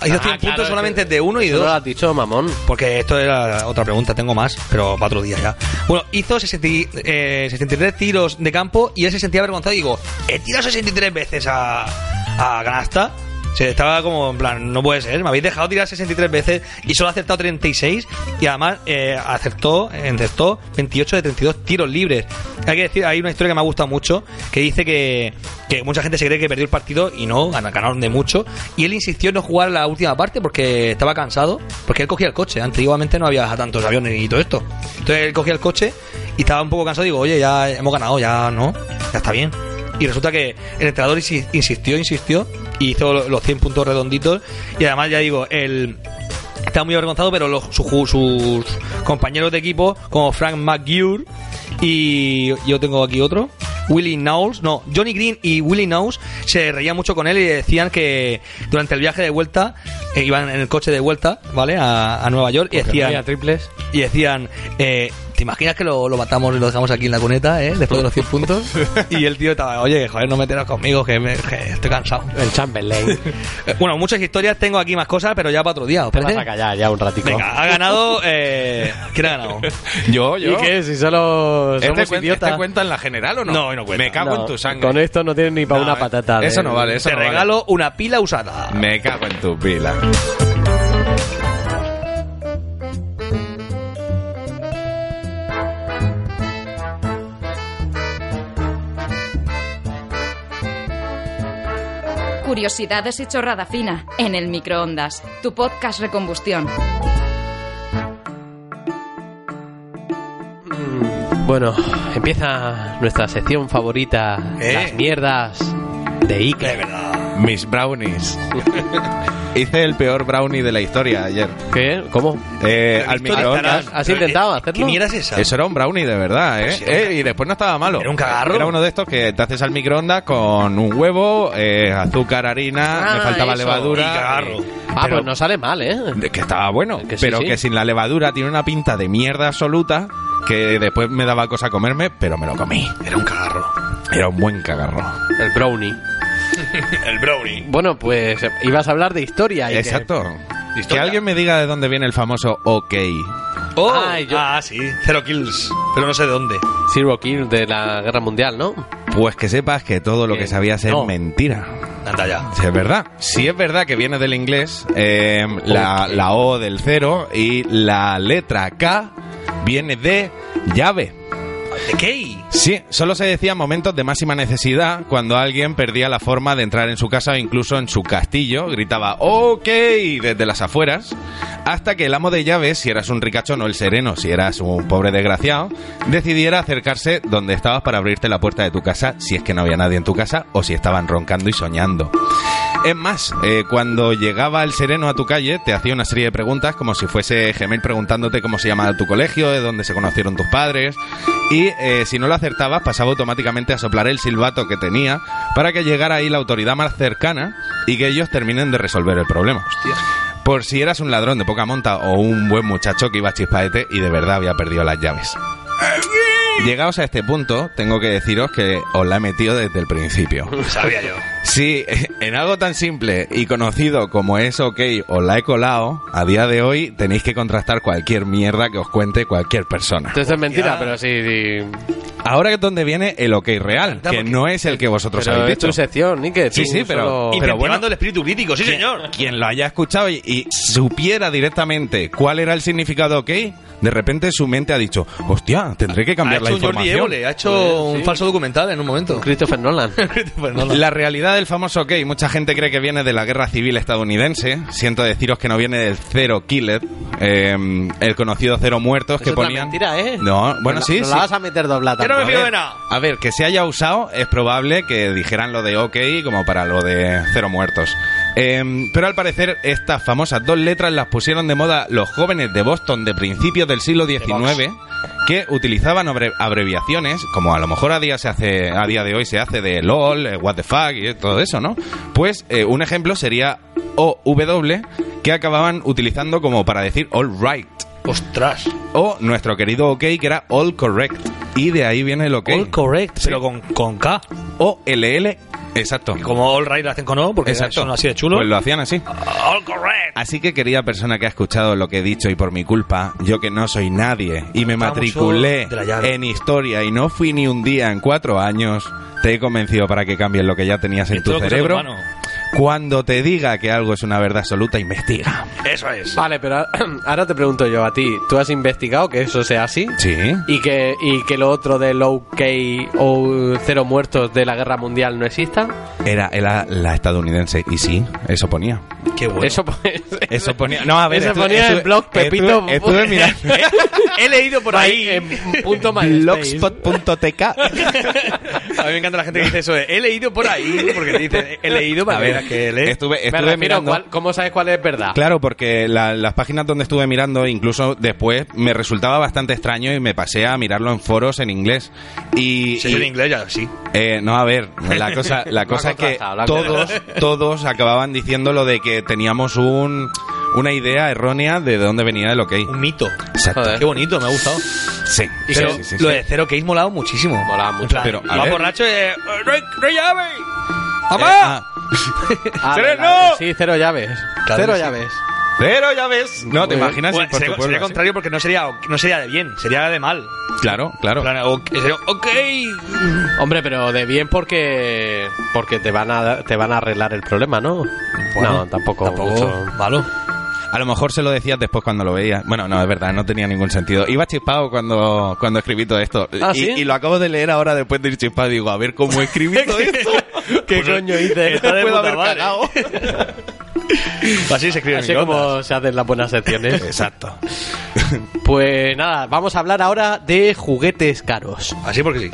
100
Ah, claro,
puntos
es
solamente
que-
de uno y
eso
dos.
No lo has dicho, mamón.
Porque esto era otra pregunta, tengo más, pero para otro día ya. Bueno, hizo 60 y- eh, 63 tiros de campo y él se sentía avergonzado y digo, he tirado 63 veces a, a Canasta. Se estaba como en plan, no puede ser, me habéis dejado tirar 63 veces y solo ha acertado 36 y además eh, acertó, acertó 28 de 32 tiros libres. Hay que decir, hay una historia que me ha gustado mucho que dice que, que mucha gente se cree que perdió el partido y no, gan- ganaron de mucho. Y él insistió en no jugar la última parte porque estaba cansado, porque él cogía el coche. Antiguamente no había tantos aviones y todo esto. Entonces él cogía el coche y estaba un poco cansado y digo, oye, ya hemos ganado, ya no, ya está bien. Y resulta que el entrenador insi- insistió, insistió y hizo lo- los 100 puntos redonditos. Y además, ya digo, el, Está muy avergonzado, pero los- su- sus, compañeros de equipo, como Frank McGuire y yo tengo aquí otro, Willie Knowles, no, Johnny Green y Willie Knowles se reían mucho con él y decían que durante el viaje de vuelta, eh, iban en el coche de vuelta, ¿vale? A, a Nueva York y
Porque no
decían,
había triples.
y decían eh, ¿te imaginas que lo, lo matamos y lo dejamos aquí en la cuneta, eh? Después de los 100 puntos. y el tío estaba, oye, joder, no meteros conmigo, que, me- que estoy cansado.
El Chamberlain.
Eh, Bueno, muchas historias, tengo aquí más cosas, pero ya para otro día, ¿os
Te vas
parece?
a callar ya un ratico.
Venga, ha ganado. Eh, ¿Quién ha ganado?
Yo, yo.
¿Y qué? Si solo somos
¿Este, cuen-
idiotas.
este cuenta en la general o no?
No, no cuenta.
Me cago
No,
en tu sangre.
Con esto no tienen ni para
No,
una
eh,
patata. de-
Eso no vale, eso
Te
no vale.
regalo una pila usada.
Me cago en tu pila.
Curiosidades y chorrada fina en el microondas, tu podcast recombustión.
Bueno, empieza nuestra sección favorita,
¿Eh?
las mierdas de
De
Iker.
verdad.
Mis brownies. Hice el peor brownie de la historia ayer.
¿Qué? ¿Cómo?
Eh, al
Victoria,
microondas.
estarás-
¿Has intentado
Eh, ¿Qué-
hacerlo?
¿Qué mierda es esa?
Eso era un brownie de verdad, ¿eh?
Sí, era un
Eh,
ca-
Y después no estaba malo.
¿Era un cagarro?
Era uno de estos que te haces al microondas con un huevo, eh, azúcar, harina,
Ah,
me faltaba
eso.
levadura. eh,
Y cagarro.
Ah,
pero-
pues no sale mal, ¿eh?
eh, Que estaba bueno,
Que sí,
pero
sí.
que sin la levadura tiene una pinta de mierda absoluta que después me daba cosa comerme, pero me lo comí.
Era un cagarro.
Era un buen cagarro.
El brownie.
El brownie.
Bueno, pues eh, ibas a hablar de historia. Iker.
Exacto. Que
Historia.
alguien me diga de dónde viene el famoso OK.
Oh,
Ay, yo-
Ah, sí. Cero kills. Pero no sé de dónde.
Zero Kill de la Guerra Mundial, ¿no?
Pues que sepas que todo lo
Eh,
que sabías es
no.
mentira.
Anda ya.
Si es verdad. Si es verdad que viene del inglés, eh, la, la O del cero y la letra K viene de llave.
¿De qué?
Sí, solo se decía en momentos de máxima necesidad, cuando alguien perdía la forma de entrar en su casa o incluso en su castillo, gritaba OK desde las afueras, hasta que el amo de llaves, si eras un ricachón o el sereno, si eras un pobre desgraciado, decidiera acercarse donde estabas para abrirte la puerta de tu casa, si es que no había nadie en tu casa o si estaban roncando y soñando. Es más, eh, cuando llegaba el sereno a tu calle, te hacía una serie de preguntas como si fuese Gmail preguntándote cómo se llamaba tu colegio, de dónde se conocieron tus padres. Y eh, si no lo acertabas, pasaba automáticamente a soplar el silbato que tenía para que llegara ahí la autoridad más cercana y que ellos terminen de resolver el problema. Por si eras un ladrón de poca monta o un buen muchacho que iba a chispaete y de verdad había perdido las llaves. Llegados a este punto, tengo que deciros que os la he metido desde el principio.
Pues Sabía yo.
Sí, en algo tan simple y conocido como es OK o la he colado, a día de hoy tenéis que contrastar cualquier mierda que os cuente cualquier persona.
Entonces es mentira, pero
Hostia.
sí. sí.
Ahora es donde viene el OK real, que no es el que vosotros
Pero es
habéis
tu
dicho.
sección, Iker.
Sí,
tú
sí, pero-
solo-
y-
Incentivando
bueno.
el espíritu crítico, sí, señor.
Quien lo haya escuchado y, y supiera directamente cuál era el significado OK, de repente su mente ha dicho, hostia, tendré que
Ha
cambiar la
hecho un Jordi
información.
Évole, ha hecho
Sí.
un falso documental en un momento. Pues
Christopher Nolan.
Christopher Nolan.
La realidad del famoso OK mucha gente cree que viene de la guerra civil estadounidense. Siento deciros que no viene del Zero Killer, eh, el conocido Cero Muertos que
es otra
ponían.
mentira, ¿eh?
No, bueno,
No-
sí,
no
sí.
la vas a meter doblada.
Yo no eh. me
A
fío
ver,
de nada.
A ver, que se haya usado es probable que dijeran lo de OK como para lo de cero muertos. Em, pero al parecer estas famosas dos letras las pusieron de moda los jóvenes de Boston de principios del siglo XIX que utilizaban abre- abreviaciones, como a lo mejor a día, se hace, a día de hoy se hace de LOL, eh, what the fuck y todo eso, ¿no? Pues eh, un ejemplo sería OW que acababan utilizando como para decir all right.
Ostras.
O nuestro querido OK, que era All Correct. Y de ahí viene el OK.
All correct, pero con, con K.
O LL. Exacto.
Y Como all right lo hacen con O, porque
Exacto.
son así de chulos.
Pues lo hacían así.
All correct.
Así que, querida persona que ha escuchado lo que he dicho y por mi culpa, yo que no soy nadie y me
Famoso
matriculé
de la llave.
en historia y no fui ni un día en cuatro años, te he convencido para que cambies lo que ya tenías en
Esto
tu
lo que
cerebro.
es humano.
Cuando te diga que algo es una verdad absoluta, investiga.
Eso es.
Vale, pero a- ahora te pregunto yo a ti. ¿Tú has investigado que eso sea así?
Sí.
¿Y que, y que lo otro del OK o cero muertos de la guerra mundial no exista?
Era, era la estadounidense. Y sí, eso ponía.
Qué bueno.
Eso, pues,
Eso ponía. No, a ver.
Eso
estuve-
ponía en el
estuve-
blog Pepito.
Estuve, estuve mirando.
He leído por ahí.
en punto MySpace.
Blogspot.tk
A mí me encanta la gente que dice eso. de, He leído por ahí. Porque dice, he leído para
A
ver
ver,
a que lee.
Estuve,
Me
estuve
refiero,
mirando.
¿cuál- Ah. ¿cómo sabes cuál es verdad?
Claro, porque la- las páginas donde estuve mirando, incluso después, me resultaba bastante extraño y me pasé a mirarlo en foros en inglés. Y,
Si
y-
es en inglés, ya sí.
eh, no, a ver, la cosa, la
Lo ha
cosa es que
contrastado, lo ha
todos, todos acababan diciendo lo de que teníamos un, una idea errónea de dónde venía el OK.
Un mito.
Exacto.
Joder.
Qué bonito, me ha gustado.
Sí,
Y
sí,
pero
sí, sí,
lo
sí.
de cero que he molado muchísimo.
Molaba mucho.
En plan,
Pero, a
iba
ver.
borracho y. eh, ¡No hay, no hay llave!
Eh,
¡Mamá!
ah,
Ah,
¡Cero
claro,
no!
Sí, cero llaves.
Claro
cero
que sí.
llaves.
pero ya ves. No, ¿te
Bueno,
imaginas?
Bueno,
por
sería,
tu pueblo,
sería
así?
contrario porque no sería, no sería de bien, sería de mal.
Claro, claro.
En plan, ok, sería, ok.
Hombre, pero de bien porque porque te van a te van a arreglar el problema, ¿no? no, tampoco, mucho.
Malo.
A lo mejor se lo decías después cuando lo veías. Bueno, no, es verdad, no tenía ningún sentido. Iba chispado cuando, cuando escribí todo esto.
¿Ah,
y,
sí?
y lo acabo de leer ahora después de ir chispado. Digo, a ver cómo escribí todo esto.
¿Qué coño hice?
está de
puedo
puta
haber
madre.
cagado.
Así se escribe
Así
en microondas.
como se hacen las buenas secciones.
Exacto.
Pues nada, vamos a hablar ahora de juguetes caros.
Así porque sí.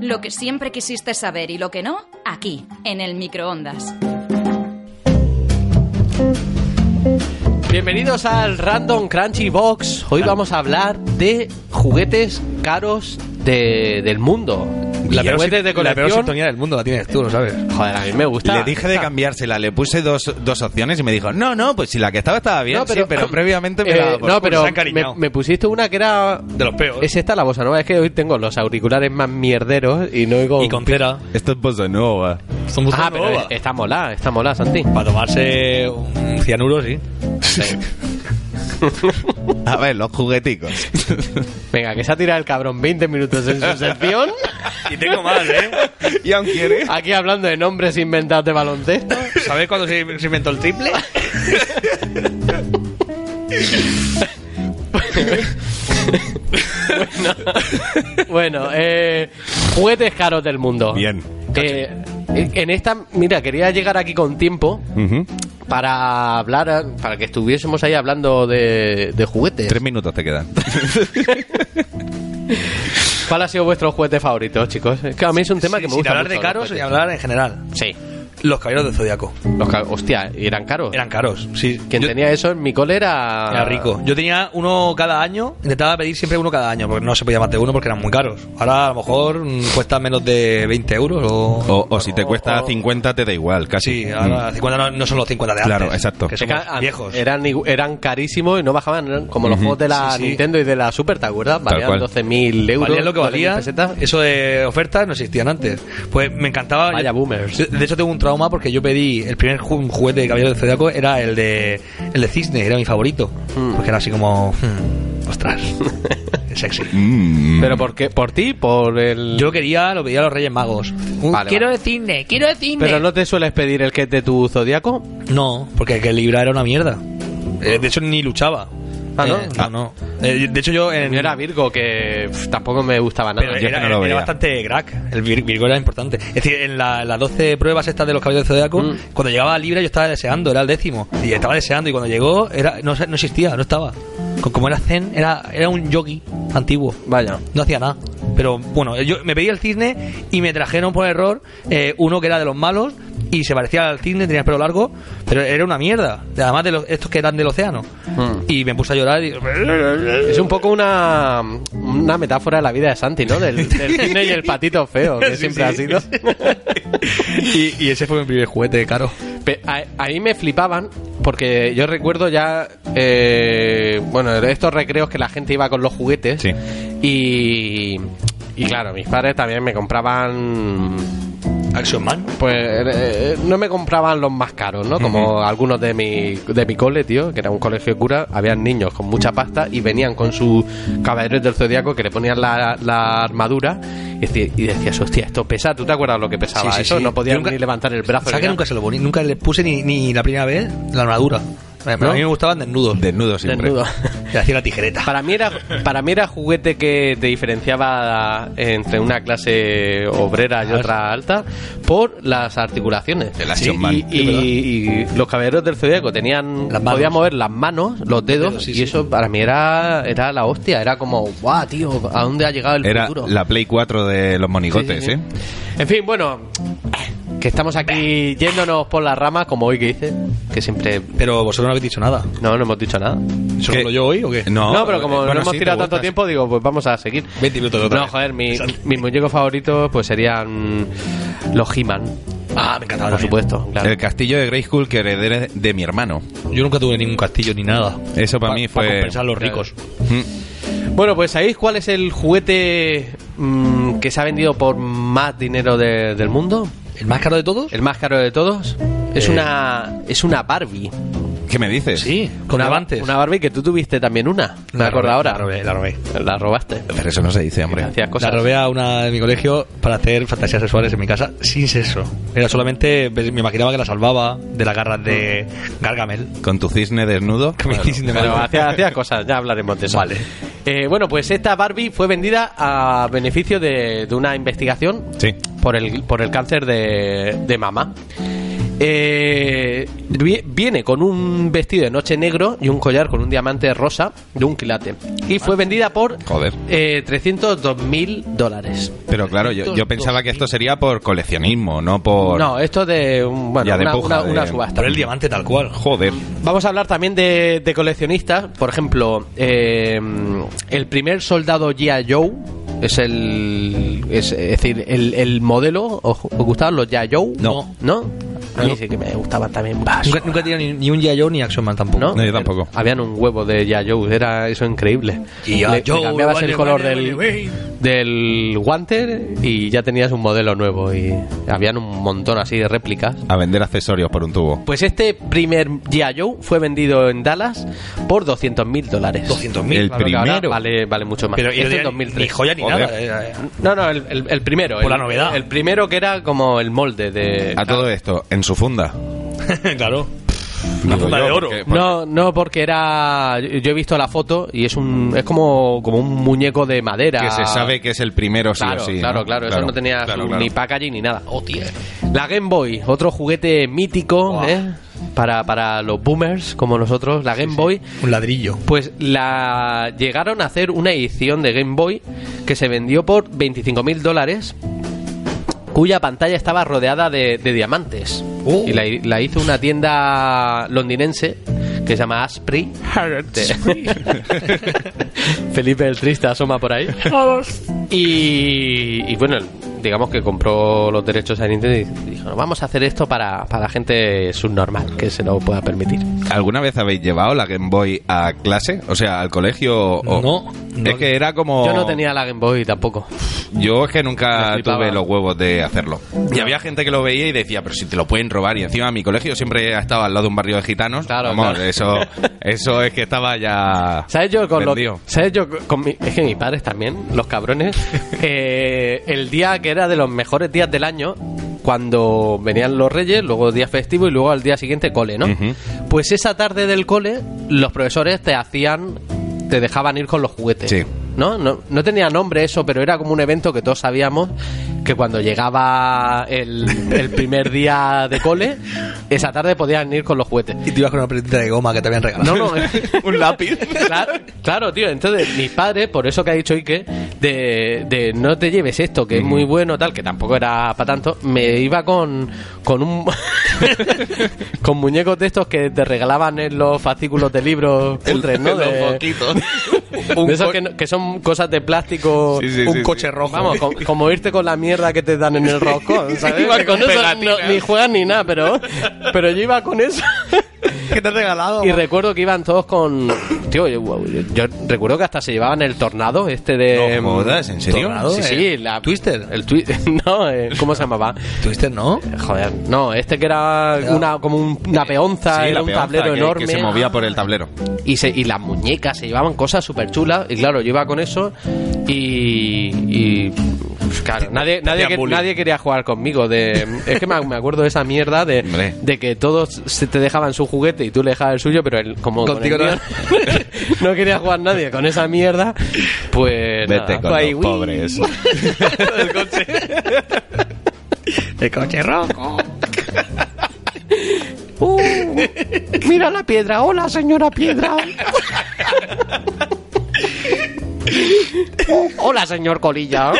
Lo que siempre quisiste saber y lo que no, aquí, en el microondas.
Bienvenidos al Random Crunchy Box. Hoy vamos a hablar de juguetes caros de- del mundo.
La peor,
juguetes de
sin- la peor
colección.
sintonía del mundo la tienes tú, lo sabes.
Joder, a mí me gusta.
Le dije de cambiársela, le puse dos, dos opciones y me dijo, no, no, pues si la que estaba estaba bien,
No, pero-
sí, pero previamente me
Eh,
daba
no,
por culo.
pero
se ha
me,
encariñado.
me pusiste una que era.
De los peores.
Es esta la bossa nova. Es que hoy tengo los auriculares más mierderos y no oigo.
Y con cera.
Esto es bossa nova.
Son
ah,
buzones
pero
nuevas.
es- está mola, está mola, Santi.
Para tomarse un cianuro, sí.
A ver, los jugueticos.
Venga, que se ha tirado el cabrón 20 minutos en su sección.
Y tengo más, ¿eh?
¿Y aún quieres?
Aquí hablando de nombres inventados de baloncesto.
¿Sabes cuándo se se inventó el triple?
Bueno, eh, juguetes caros del mundo.
Bien.
Eh, en esta, mira, quería llegar aquí con tiempo
Ujú.
para hablar, para que estuviésemos ahí hablando de, de juguetes.
Tres minutos te quedan.
¿Cuál ha sido vuestro juguete favorito, chicos? Es que a mí es un tema que me
Sin
gusta
hablar
mucho,
de
los
caros y
juguetes.
hablar en general.
Sí.
Los caballeros del Zodíaco.
Los ca- Hostia, ¿y eran caros?
Eran caros, sí.
Quien
Yo-
tenía eso en mi cole era...
Era rico. Yo tenía uno cada año, intentaba pedir siempre uno cada año, porque no se podía más de uno porque eran muy caros. Ahora a lo mejor mm, cuesta menos de 20 euros o...
O, o si te cuesta
o-
50 te da igual, casi. Mm.
Sí, ahora 50 no, no son los 50 de antes.
Claro, exacto.
Que
Es que
somos
an-
viejos.
Ah, Eran, igu- eran carísimos y no bajaban, eran como los juegos de la
Sí, sí.
Nintendo y de la Super, ¿te acuerdas?
Tal
Valían
cual.
12.000 euros.
Valía lo que
12.000
valía.
pesetas.
Eso de ofertas no existían antes. Pues me encantaba.
Vaya
yo-
boomers.
De- De hecho, tengo un trauma porque yo pedí el primer ju- juguete de Caballero del Zodiaco era el de, el de Cisne, era mi favorito.
Mm.
Porque era así como. hmm, ostras. sexy.
Mm.
¿Pero por qué? ¿Por ti? ¿Por el...?
Yo quería, lo pedía a los Reyes Magos. Uh,
Vale,
quiero
vale.
el Cisne, quiero el Cisne.
¿Pero no te sueles pedir
Mm.
el que es de tu zodiaco?
No, porque el que libra era una mierda. Eh, de hecho, ni luchaba.
Oh. Ah, ¿no?
Eh, no, no. Eh, de hecho, yo en,
Yo era Virgo, que pff, tampoco me gustaba nada.
Pero
yo es que
era,
no lo
era
veía.
bastante crack. El Vir- Virgo era importante. Es decir, en la- las 12 pruebas estas de los caballos de Zodiaco,
Mm.
cuando llegaba a Libra yo estaba deseando, era el décimo. Y estaba deseando, y cuando llegó era no, se- no existía, no estaba. Co- Como era Zen, era, era un yogi antiguo.
Vaya.
No hacía nada. Pero bueno, yo me pedí el cisne y me trajeron por error eh, uno que era de los malos y se parecía al cisne, tenía el pelo largo, pero era una mierda. Además de los, estos que eran del océano.
Mm.
Y me puse a llorar y...
Es un poco una, una metáfora de la vida de Santi, ¿no? Del, del cisne y el patito feo, que
Sí,
siempre
sí.
ha sido.
y, y ese fue mi primer juguete, caro.
Pe- A, a mí me flipaban porque yo recuerdo ya, eh, bueno, estos recreos que la gente iba con los juguetes.
Sí.
Y, y claro, mis padres también me compraban...
Action Man.
Pues eh, no me compraban los más caros, ¿no? Como algunos de mi, de mi cole, tío, que era un colegio de cura, habían niños con mucha pasta y venían con sus caballeros del zodiaco que le ponían la, la armadura y, decía- y decías, hostia, esto pesa, ¿tú te acuerdas lo que pesaba
Sí, sí,
eso?
sí.
No podías
Yo nunca-
ni levantar el brazo.
¿Sabes
ni
que
nada.
nunca se lo poní? Nunca le puse ni, ni la primera vez la armadura. A mí
¿No?
me gustaban desnudos.
Desnudo siempre.
Desnudo.
Le hacía la tijereta.
Para mí, era, para mí era juguete que te diferenciaba entre una clase obrera y otra alta por las articulaciones.
El Action
Sí,
Man.
Y, y- y los caballeros del zodiaco tenían
Las manos.
podían mover las manos, los dedos,
dedos, sí,
y
sí.
eso para mí era, era la hostia. Era como, guau, tío, ¿a dónde ha llegado el
Era
futuro?
la Play 4 de los
Sí, sí,
monigotes,
sí.
¿eh?
En fin, bueno, que estamos aquí yéndonos por las ramas, como hoy que hice, que siempre.
Pero vosotros no habéis dicho nada.
No, no hemos dicho nada.
¿Solo
¿Qué?
hablo yo hoy o qué?
No, eh,
No, pero como
bueno,
no hemos
sí,
tirado
te
tanto
gusta,
tiempo, digo, pues vamos a seguir.
20 minutos de otra
No,
vez.
joder, mi-
Exacto.
mis muñecos favoritos pues serían los He-Man.
Ah, me encantaba
Por
también.
supuesto, claro.
El castillo de Grayskull que heredé de mi hermano.
Yo nunca tuve ningún castillo ni nada.
Eso para mí fue-
Para compensar a los ricos.
Bueno, pues ¿sabéis cuál es el juguete mm, que se ha vendido por más dinero de- del mundo?
¿El más caro de todos?
¿El más caro de todos? Es
Eh.
una es una Barbie.
¿Qué me dices?
Sí, con
una,
avantes.
Una Barbie que tú tuviste también una. Me
La
acuerdo
robé,
ahora.
La robé, la robé.
La robaste.
Pero eso no se dice, hombre.
Hacías
La
cosas.
robé a una de mi colegio para hacer fantasías sexuales en mi casa sin sexo. Era solamente, pues, me imaginaba que la salvaba de las garras de Gargamel.
Con tu cisne desnudo.
Que me dicen de
Pero
mal.
hacía, hacía cosas, ya hablaremos de eso. Vale. bueno, pues esta Barbie fue vendida a beneficio de, de una investigación
Sí.
por, el, por el cáncer de, de mama. Eh, vi- viene con un vestido de noche negro y un collar con un diamante rosa de un quilate. Y fue vendida por
Joder.
eh, 302 mil dólares.
Pero claro, yo, yo pensaba que esto sería por coleccionismo, no por...
No, esto de, un- bueno,
Ya de
una,
puja,
una- una
de-
subasta.
Pero el diamante tal cual.
Joder.
Vamos a hablar también de, de coleccionistas. Por ejemplo, eh, el primer soldado G.I. Joe es el. Es, es decir, el, el modelo. ¿Os, os gustaban los G.I. Joe?
No.
¿No? A mí
No.
sí que me gustaban también. Bah,
Nunca, nunca he tenido ni, ni un G.I. Joe ni Action Man tampoco.
¿No?
No, yo tampoco.
Habían un huevo de G.I. Joe, era eso increíble.
G.I.
Le- le
Joe,
cambiabas
vale,
el color
vale,
del,
vale, vale.
del guante y ya tenías un modelo nuevo. Y habían un montón así de réplicas.
A vender accesorios por un tubo.
Pues este primer G.I. Joe fue vendido en Dallas por 200 mil dólares.
200.000.
El
Claro que ahora
primero.
Vale, vale mucho más.
Pero y
este
no
es
tenía ni
2003.
joya ni
Joder.
nada. eh, eh.
No, no, el, el- el primero.
Por
el-
la novedad.
El primero que era como el molde de...
A todo esto, en su funda.
claro. Una
Digo
funda
yo,
de oro.
porque- porque-
No, no, porque era... Yo he visto la foto y es un es como, como un muñeco de madera.
Que se sabe que es el primero, sí
Claro,
o sí.
claro,
¿no?
claro, Eso no tenía
claro,
su-
claro.
ni packaging ni nada. La Game Boy, otro juguete mítico
Buah.
¿eh? para, para los boomers como nosotros. La Game Boy...
Un ladrillo.
Pues la llegaron a hacer una edición de Game Boy que se vendió por 25.000 dólares, cuya pantalla estaba rodeada de, de diamantes.
Oh.
Y la, la hizo una tienda londinense que se llama Asprey. Felipe el Triste asoma por ahí. Y, y bueno, digamos que compró los derechos a Nintendo y dijo, vamos a hacer esto para, para gente subnormal, que se lo pueda permitir.
¿Alguna vez habéis llevado la Game Boy a clase? O sea, al colegio o...
No, no.
Es que era como...
Yo no tenía la Game Boy tampoco.
Yo es que nunca
Me flipaba.
tuve los huevos de hacerlo. Y había gente que lo veía y decía, pero si te lo pueden robar. Y encima mi colegio siempre ha estado al lado de un barrio de gitanos.
Claro,
Vamos,
claro.
Eso, eso es que estaba ya...
¿Sabes yo con lo
vendido.
¿Sabes yo con mi- Es que mis padres también, los cabrones. eh, el día que era de los mejores días del año, cuando venían los reyes, luego día festivo y luego al día siguiente cole, ¿no?
Ujú.
Pues esa tarde del cole, los profesores te hacían, te dejaban ir con los juguetes.
Sí.
¿No? No, no tenía nombre eso, pero era como un evento que todos sabíamos que cuando llegaba el, el primer día de cole, esa tarde podían ir con los juguetes.
Y te ibas con una pelotita de goma que te habían regalado.
No, no, eh.
Un lápiz.
Claro, claro, tío. Entonces, mis padres, por eso que ha dicho Ike, de, de no te lleves esto, que es
Mm.
muy bueno, tal, que tampoco era para tanto, me iba con, con un. con muñecos de estos que te regalaban en los fascículos de libros cutres, ¿no?
Los
De-
foquitos.
de esos que, no- que son cosas de plástico.
Sí, sí,
un
sí,
coche
sí.
rojo.
Vamos, co- como irte con la mierda que te dan en el roscón, ¿sabes?
Iba
Que
con
con eso
pegatinas.
no- ni juegas ni nada, pero, pero yo iba con eso.
¿Qué te has regalado?
Y recuerdo que iban todos con. Tío, yo, yo recuerdo que hasta se llevaban el tornado este de.
No jodas, ¿en serio?
¿Tornado?
Sí, sí, la.
¿Twister?
El twi- No, eh, ¿cómo se llamaba?
Twister, ¿no?
Joder, no, este que era una, como un- una peonza,
eh, Sí,
era
la
un
peonza
tablero
que-
enorme. Pues
Que se movía por el tablero.
y, se, y las muñecas se llevaban cosas súper chulas. Y claro, yo iba con eso y. y pues, claro, nadie, nadie, que-
bullying.
nadie quería jugar conmigo. De, es que me, me acuerdo de esa mierda de,
Hombre.
de que todos se te dejaban su juguete y tú le dejabas el suyo, pero él, como. con
Contigo
el mío, no. quería jugar nadie con esa mierda. Pues.
Vete
nada,
con
fue ahí,
los
"Uy".
pobres.
El coche rojo.
Uh, mira la piedra, hola señora piedra. Uh, hola señor colilla.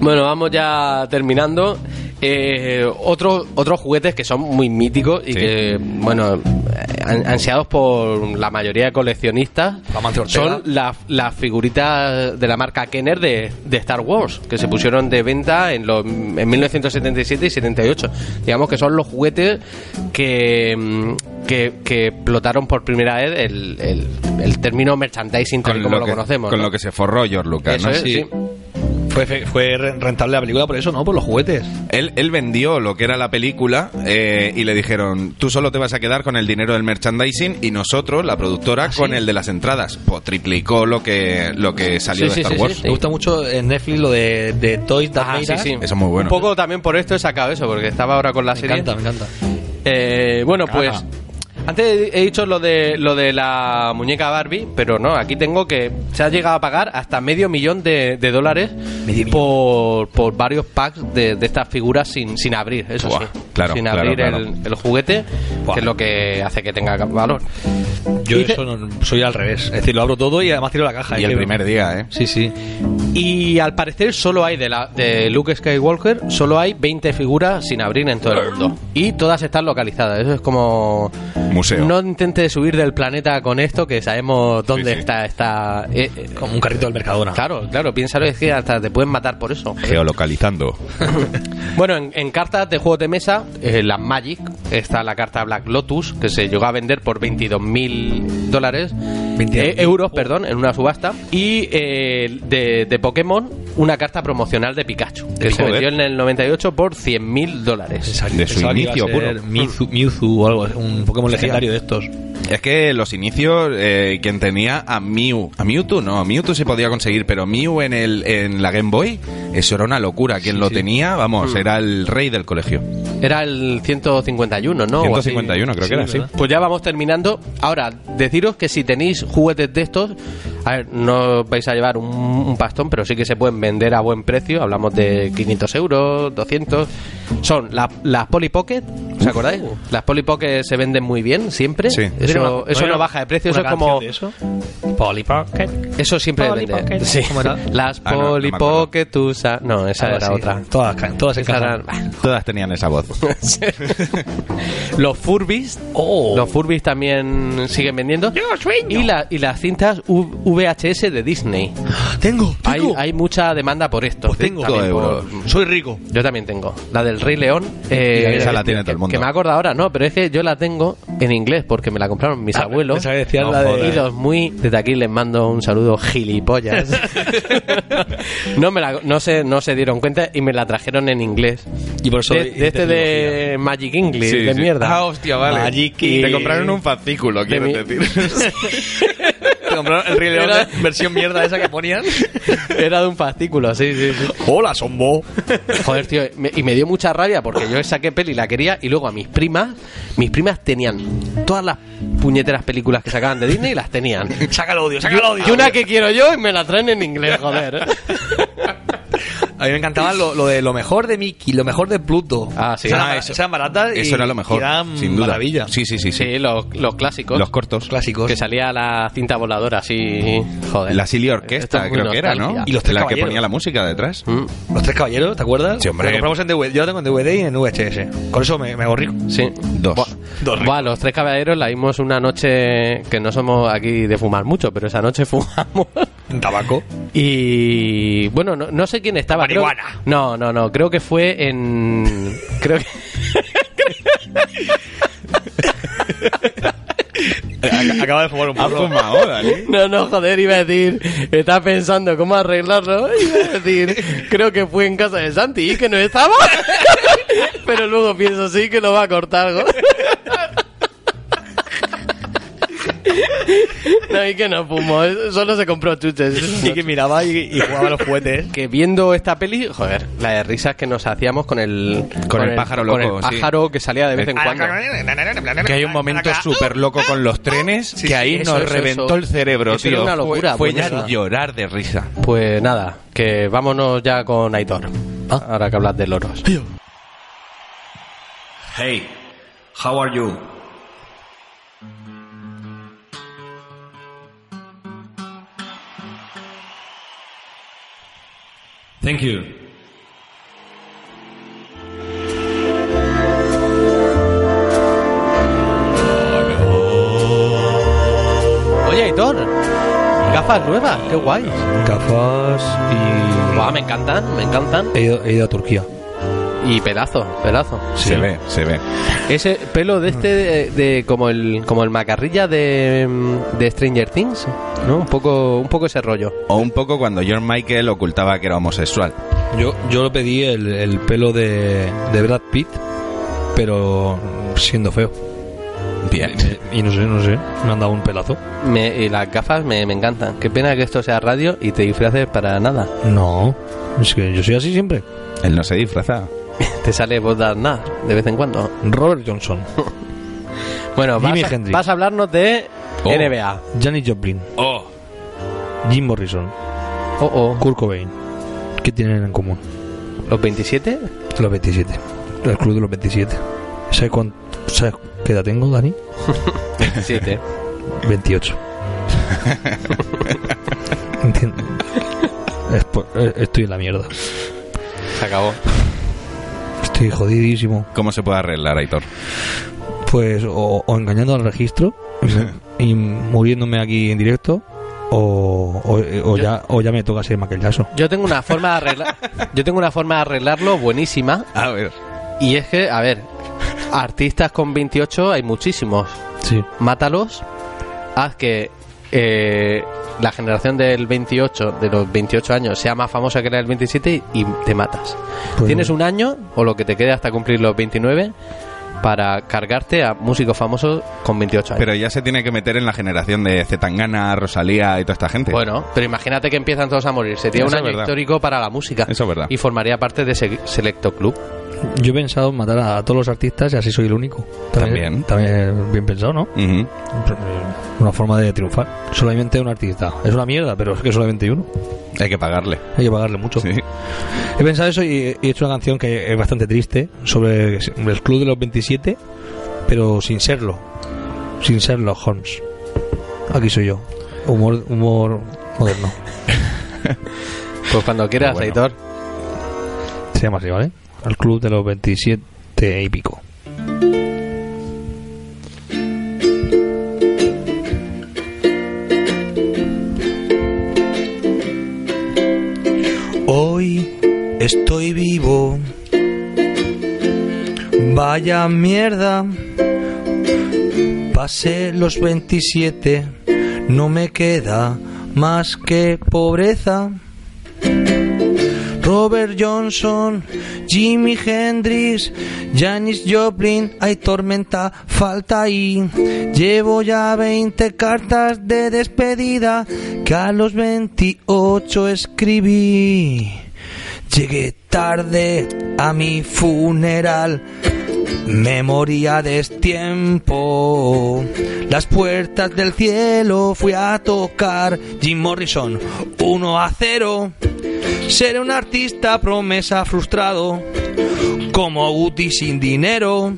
bueno, vamos ya terminando. Eh, otro- otros juguetes que son muy míticos y
Sí.
que, bueno, eh, an- ansiados por la mayoría de coleccionistas
Amancio Ortega.
son la- las figuritas de la marca Kenner de, de Star Wars, que se pusieron de venta en, los, en 1977 y 78. Digamos que son los juguetes que, mm, que, que explotaron por primera vez el, el- el término merchandising tal y como lo,
que,
conocemos.
con
¿no?
lo que se forró George Lucas,
Eso
¿no?
es,
Sí.
sí.
Fue, fe- fue re- rentable la película por eso, ¿no? Por los juguetes.
Él, él vendió lo que era la película eh, y le dijeron, tú solo te vas a quedar con el dinero del merchandising y nosotros, la productora,
Ah,
con el de las entradas. Pues triplicó lo que, lo que
Sí,
salió de
sí,
Star
sí,
Wars.
sí,
Me gusta mucho en Netflix lo de, de Toys That
Ah,
Made
sí,
Us.
sí.
Eso es muy bueno.
Un poco también por esto he sacado eso, porque estaba ahora con la
Me
serie.
encanta, me encanta.
Eh, bueno, pues
Caja.
antes he dicho lo de lo de la muñeca Barbie, pero no, aquí tengo que se ha llegado a pagar hasta medio millón de, de dólares
Medio millón.
por, por varios packs de, de estas figuras sin, sin abrir, eso
Buah,
sí,
claro,
sin
claro,
abrir
claro.
El, el juguete,
Buah.
que es lo que hace que tenga valor.
Yo
Dice-
eso no- soy al revés. Es decir, lo abro todo y además tiro la caja.
Y
Es
el
que-
primer día, ¿eh?
Sí, sí.
Y al parecer solo hay de, la, de Luke Skywalker, solo hay 20 figuras sin abrir en todo el mundo. Y todas están localizadas. Eso es como...
Museo.
No intentes subir del planeta con esto, que sabemos dónde
Sí, sí.
está esta... eh, eh,
Como un carrito del Mercadona.
claro, claro, piénsalo, es que hasta te pueden matar por eso.
Geolocalizando.
Bueno, en, en cartas de juegos de mesa, eh, las Magic, está la carta Black Lotus, que se llegó a vender por 22.000 dólares,
22.000.
eh, euros, perdón, en una subasta. Y eh, de, de Pokémon, una carta promocional de Pikachu, eh. que se
Joder.
vendió en el 98 por 100.000 dólares.
Pensaba-
De su
pensaba que iba a
inicio
ser
puro.
Mewtwo, Mewtwo o algo, un Pokémon legendario de estos.
Es que los inicios, eh, quien tenía a Mew, a Mewtwo no, a Mewtwo se podía conseguir, pero Mew en, el, en la Game Boy, eso era una locura. Quien lo tenía,
Hmm.
vamos, era el rey del colegio.
Era el 151, ¿no? O así.
151 creo que era, sí.
¿verdad?
Pues ya vamos terminando. Ahora, deciros que si tenéis juguetes de estos, a ver, no vais a llevar un, un pastón, pero sí que se pueden vender a buen precio. Hablamos de 500 euros, 200. Son la- las Polly Pocket, ¿os acordáis? Las Polly Pocket se venden muy bien siempre.
Sí.
Eso,
Era una-
no, eso
era
no baja de precio, eso
una
es como.
canción de eso? Polly Pocket.
Eso siempre
Polly
vende.
Pocket.
Sí.
¿Cómo era?
Las
Ah, no, no me
Polly
acuerdo.
Pocket, tú sa- No, esa
Algo
era
así.
otra.
Todas, ca- todas
Esa era-
encajan.
Todas tenían esa voz.
Los Furbis
Oh.
Los Furbis también siguen vendiendo. Y, la- y las cintas U- VHS de Disney.
Tengo,
Hay,
tengo.
hay mucha demanda por esto.
Pues tengo.
También por-
Soy rico.
yo también tengo. La del Rey León. eh,
esa la tiene todo el mundo.
Que me acuerdo ahora, no, pero es que yo la tengo en inglés porque me la compraron mis abuelos.
pensaba Ah, que decías
No
la de-
jodas. Y los muy. Desde aquí les mando un saludo gilipollas. no, me la- no, se, no se dieron cuenta y me la trajeron en inglés.
Y por eso
De, de este de Magic English,
Sí,
de
sí.
mierda.
Ah, hostia, vale.
Magic
Te
y-
compraron un fascículo, quiero
mi-
decir.
compró el Rey León
Era-
de- versión mierda esa que ponían.
Era de un fascículo, sí, sí, sí.
Hola, son vos.
Joder, tío, me- y me dio mucha rabia porque yo saqué peli, la quería, y luego a mis primas, mis primas tenían todas las puñeteras películas que sacaban de Disney y las tenían.
Saca el odio, saca el odio.
Y una que quiero yo y me la traen en inglés, joder. ¿eh?
A mí me encantaba lo, lo de lo mejor de Mickey, lo mejor de Pluto.
Ah, sí.
O sea,
Ah,
eran bar-
eso-
eran baratas y,
Eso era lo
y
mejor.
eran
sin duda.
maravilla.
Sí, sí, sí, sí.
Sí, los, los clásicos.
Los cortos.
Clásicos.
Que salía la cinta voladora, sí, joder.
Mm. La Silly
eh. Esto
Orquesta,
es muy
creo que era, ¿no?
nostálgica.
Y los tres
la que
caballeros.
ponía la música detrás.
Mm,
Los tres caballeros, ¿te acuerdas?
Sí, hombre.
Lo compramos en DVD. Yo lo tengo en DVD y en VHS. Con eso me, me hago rico.
Sí.
Dos.
Buah.
Dos.
Buah, los tres caballeros la vimos una noche que no somos aquí de fumar mucho, pero esa noche fumamos.
Tabaco.
Y bueno, no, no sé quién estaba. creo-
Marihuana.
no, no, no. Creo que fue en. Creo que.
Ac- Acaba de fumar un
Ha
porro.
fumado, Dani.
No, no, joder, iba a decir. Estaba pensando cómo arreglarlo. Iba a decir. Creo que fue en casa de Santi y que no estaba. Pero luego pienso, sí, que lo va a cortar. ¿no? No, y que no fumó. Solo se compró chuches.
Y que miraba y, y jugaba a los juguetes.
que viendo esta peli, joder, la de risas que nos hacíamos con el con,
el pájaro
con
loco,
el
sí.
pájaro que salía de vez en cuando.
Que hay un momento súper loco con los trenes que ahí
sí, eso,
nos
eso,
reventó
eso.
el cerebro,
Eso
tío.
era una
Fue-
locura,
Fue,
buenísimo.
ya llorar de risa.
Pues nada, que vámonos ya con Aitor.
Ah.
Ahora que hablas de loros.
Hey, how are you? Thank you.
Oye, Aitor, gafas nuevas, qué guay.
Gafas y.
Guau, me encantan, me encantan.
He ido, he ido a Turquía.
Y pelazo, pelazo.
Se ve, se ve.
Ese pelo de este, de, de- como el como el macarrilla de, mm, de Stranger Things, ¿no? Un poco, un poco ese rollo.
O un poco cuando John Michael ocultaba que era homosexual.
Yo, yo le pedí el, el pelo de, de Brad Pitt, pero siendo feo.
Bien.
Y no sé, no sé. Me han dado un pelazo.
Me- y las gafas me, me encantan. Qué pena que esto sea radio y te disfraces para nada.
No. Es que yo soy así siempre.
Él no se disfrazaba.
Te sale voz de Aznar de vez en cuando.
Robert Johnson.
Bueno, vas
Jimi
a,
Hendrix.
vas a hablarnos de
Oh.
NBA.
Janis Joplin.
Oh,
Jim Morrison.
Oh, oh.
Kurt Cobain. ¿Qué tienen en común?
¿Los 27?
Los 27. El club de los 27. ¿Sabes, cuán- sabes qué edad tengo, Dani?
27.
28. Entiendo. Es por- eh, Estoy en la mierda.
Se acabó.
Estoy jodidísimo.
¿Cómo se puede arreglar, Aitor?
Pues o, o engañando al registro y muriéndome aquí en directo o, eh, o- o ya, o ya me toca ser maquillazo.
Yo tengo una forma de arreglar, yo tengo una forma de arreglarlo buenísima
A ver.
y es que, a ver, artistas con 28 hay muchísimos.
Sí.
Mátalos, haz que eh, la generación del 28, de los 28 años, sea más famosa que la del 27 y te matas.
Pues-
Tienes un año o lo que te quede hasta cumplir los 29 para cargarte a músicos famosos con 28 años.
Pero ya se tiene que meter en la generación de Zetangana, Rosalía y toda esta gente.
Bueno, pero imagínate que empiezan todos a morir. Sería
Eso
un
es
año
verdad.
histórico para la música.
Eso es verdad.
Y formaría parte de ese selecto club.
Yo he pensado en matar a todos los artistas y así soy el único.
También.
También bien pensado, ¿no?
Ujú.
Una forma de triunfar. Solamente un artista. Es una mierda, pero es que solamente hay uno.
Hay que pagarle.
Hay que pagarle mucho.
Sí.
He pensado eso y he hecho una canción que es bastante triste sobre el club de los 27, pero sin serlo. Sin serlo, Holmes. Aquí soy yo. Humor, humor moderno.
Pues cuando quieras,
Bueno.
Aitor.
Se llama así, ¿vale? El club de los 27 y pico. Hoy estoy vivo. Vaya mierda. Pasé los 27. No me queda más que pobreza. Robert Johnson, Jimi Hendrix, Janis Joplin, hay tormenta, falta ahí. Llevo ya 20 cartas de despedida que a los 28 escribí. Llegué tarde a mi funeral. Me moría de destiempo. Las puertas del cielo fui a tocar. Jim Morrison, 1 a 0. Seré un artista promesa frustrado. Como Guti sin dinero.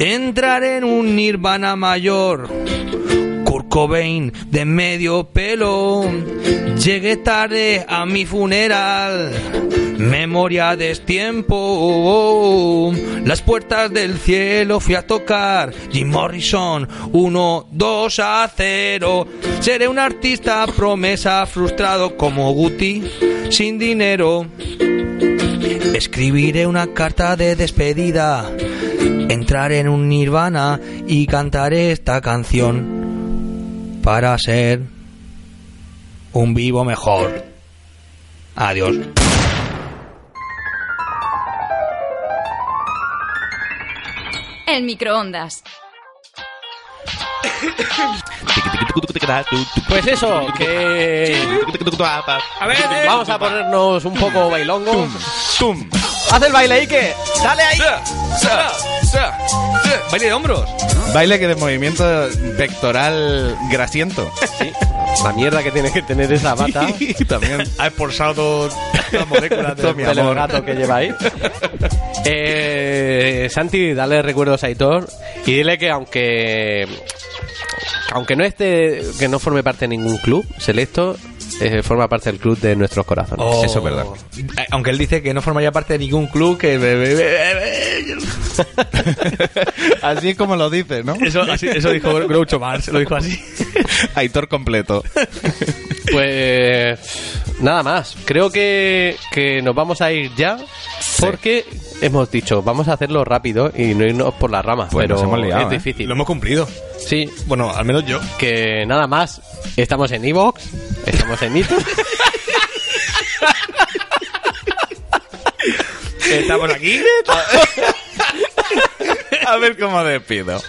Entraré en un Nirvana mayor. Kurt Cobain de medio pelo. Llegué tarde a mi funeral. Memoria de tiempo. Las puertas del cielo fui a tocar. Jim Morrison, 1, 2 a 0. Seré un artista promesa frustrado como Guti, sin dinero. Escribiré una carta de despedida. Entraré en un nirvana y cantaré esta canción para ser un vivo mejor. Adiós.
El microondas.
Pues eso, que
A ver,
vamos a ponernos un poco bailongo.
tum.
Haz el baile, Ike. Dale ahí.
Baile de hombros.
Baile que de movimiento vectoral grasiento.
La mierda que tiene que tener esa bata.
También.
Ha expulsado las moléculas
Todo mi
del
amor.
gato que lleva ahí. Eh, Santi, dale recuerdos a Aitor y dile que aunque aunque no esté que no forme parte de ningún club selecto eh, forma parte del club de nuestros corazones.
Eso es verdad.
Eh, Aunque él dice que no formaría parte de ningún club que... be- be- be-
Así es como lo dices, ¿no?
Eso, así- eso dijo Groucho Marx, lo dijo así.
Aitor completo.
Pues nada más. Creo que, que nos vamos a ir ya porque hemos dicho vamos a hacerlo rápido y no irnos por las ramas,
Pues
pero
nos hemos liado,
es
¿eh?
difícil.
Lo hemos cumplido.
Sí,
Bueno, al menos yo.
que nada más. Estamos en Evox, estamos en iTunes.
Estamos aquí.
A ver cómo despido.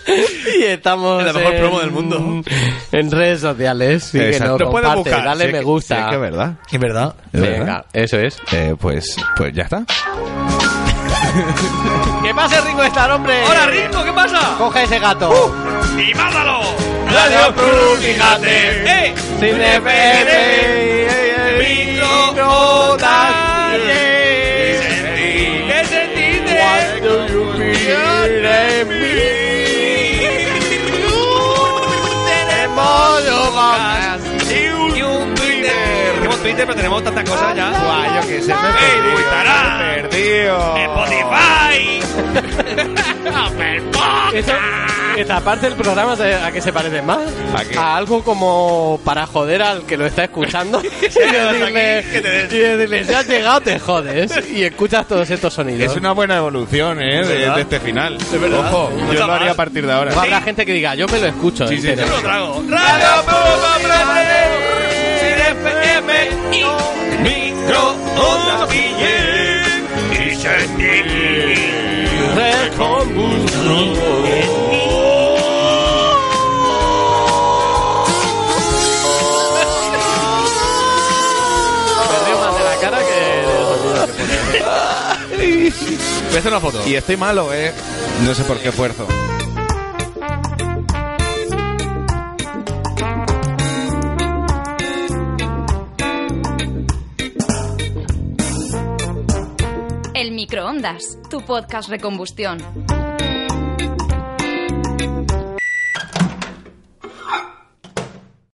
Y estamos
Es la mejor promo del mundo.
En redes sociales. Sí, que
Exacto.
nos
Lo puedes
comparte,
buscar,
dale
sí,
me
que-
gusta.
Sí, es que es verdad.
Es verdad.
Es
Venga,
verdad.
eso es.
Eh, pues, pues ya está.
¡Que pase Ringo Starr, hombre!
¡Hola, Ringo! ¿Qué pasa?
¡Coge ese gato!
¡Y mátalo!
¡Radio Plus,
fíjate! ¡Eh!
¡Sin
¿Qué sentiste? Y un Twitter. Tenemos Twitter, pero tenemos tantas cosas ya.
Guau, yo qué sé, me he
¡Ey,
perdido,
Buitarán!
me he perdido.
¡Spotify!
Esta parte del programa, ¿sabes ¿a qué se parece más?
¿A qué?
algo como para joder al que lo está escuchando. y decirle,
que te des.
y decirle, si has llegado, te jodes. Y escuchas todos estos sonidos.
Es una buena evolución, ¿eh? De, de este final. Ojo, yo
está
lo haría a
mal.
partir de ahora.
Luego Habrá gente que diga, yo me lo escucho.
Sí, sí,
entero".
sí.
Yo lo trago. ¡Radio FM! ¡Microondas ¡Y
Me río más de la cara que del sonido que pone.
Voy a hacer una foto.
Y estoy malo, ¿eh? No sé por qué esfuerzo.
El microondas, tu podcast recombustión.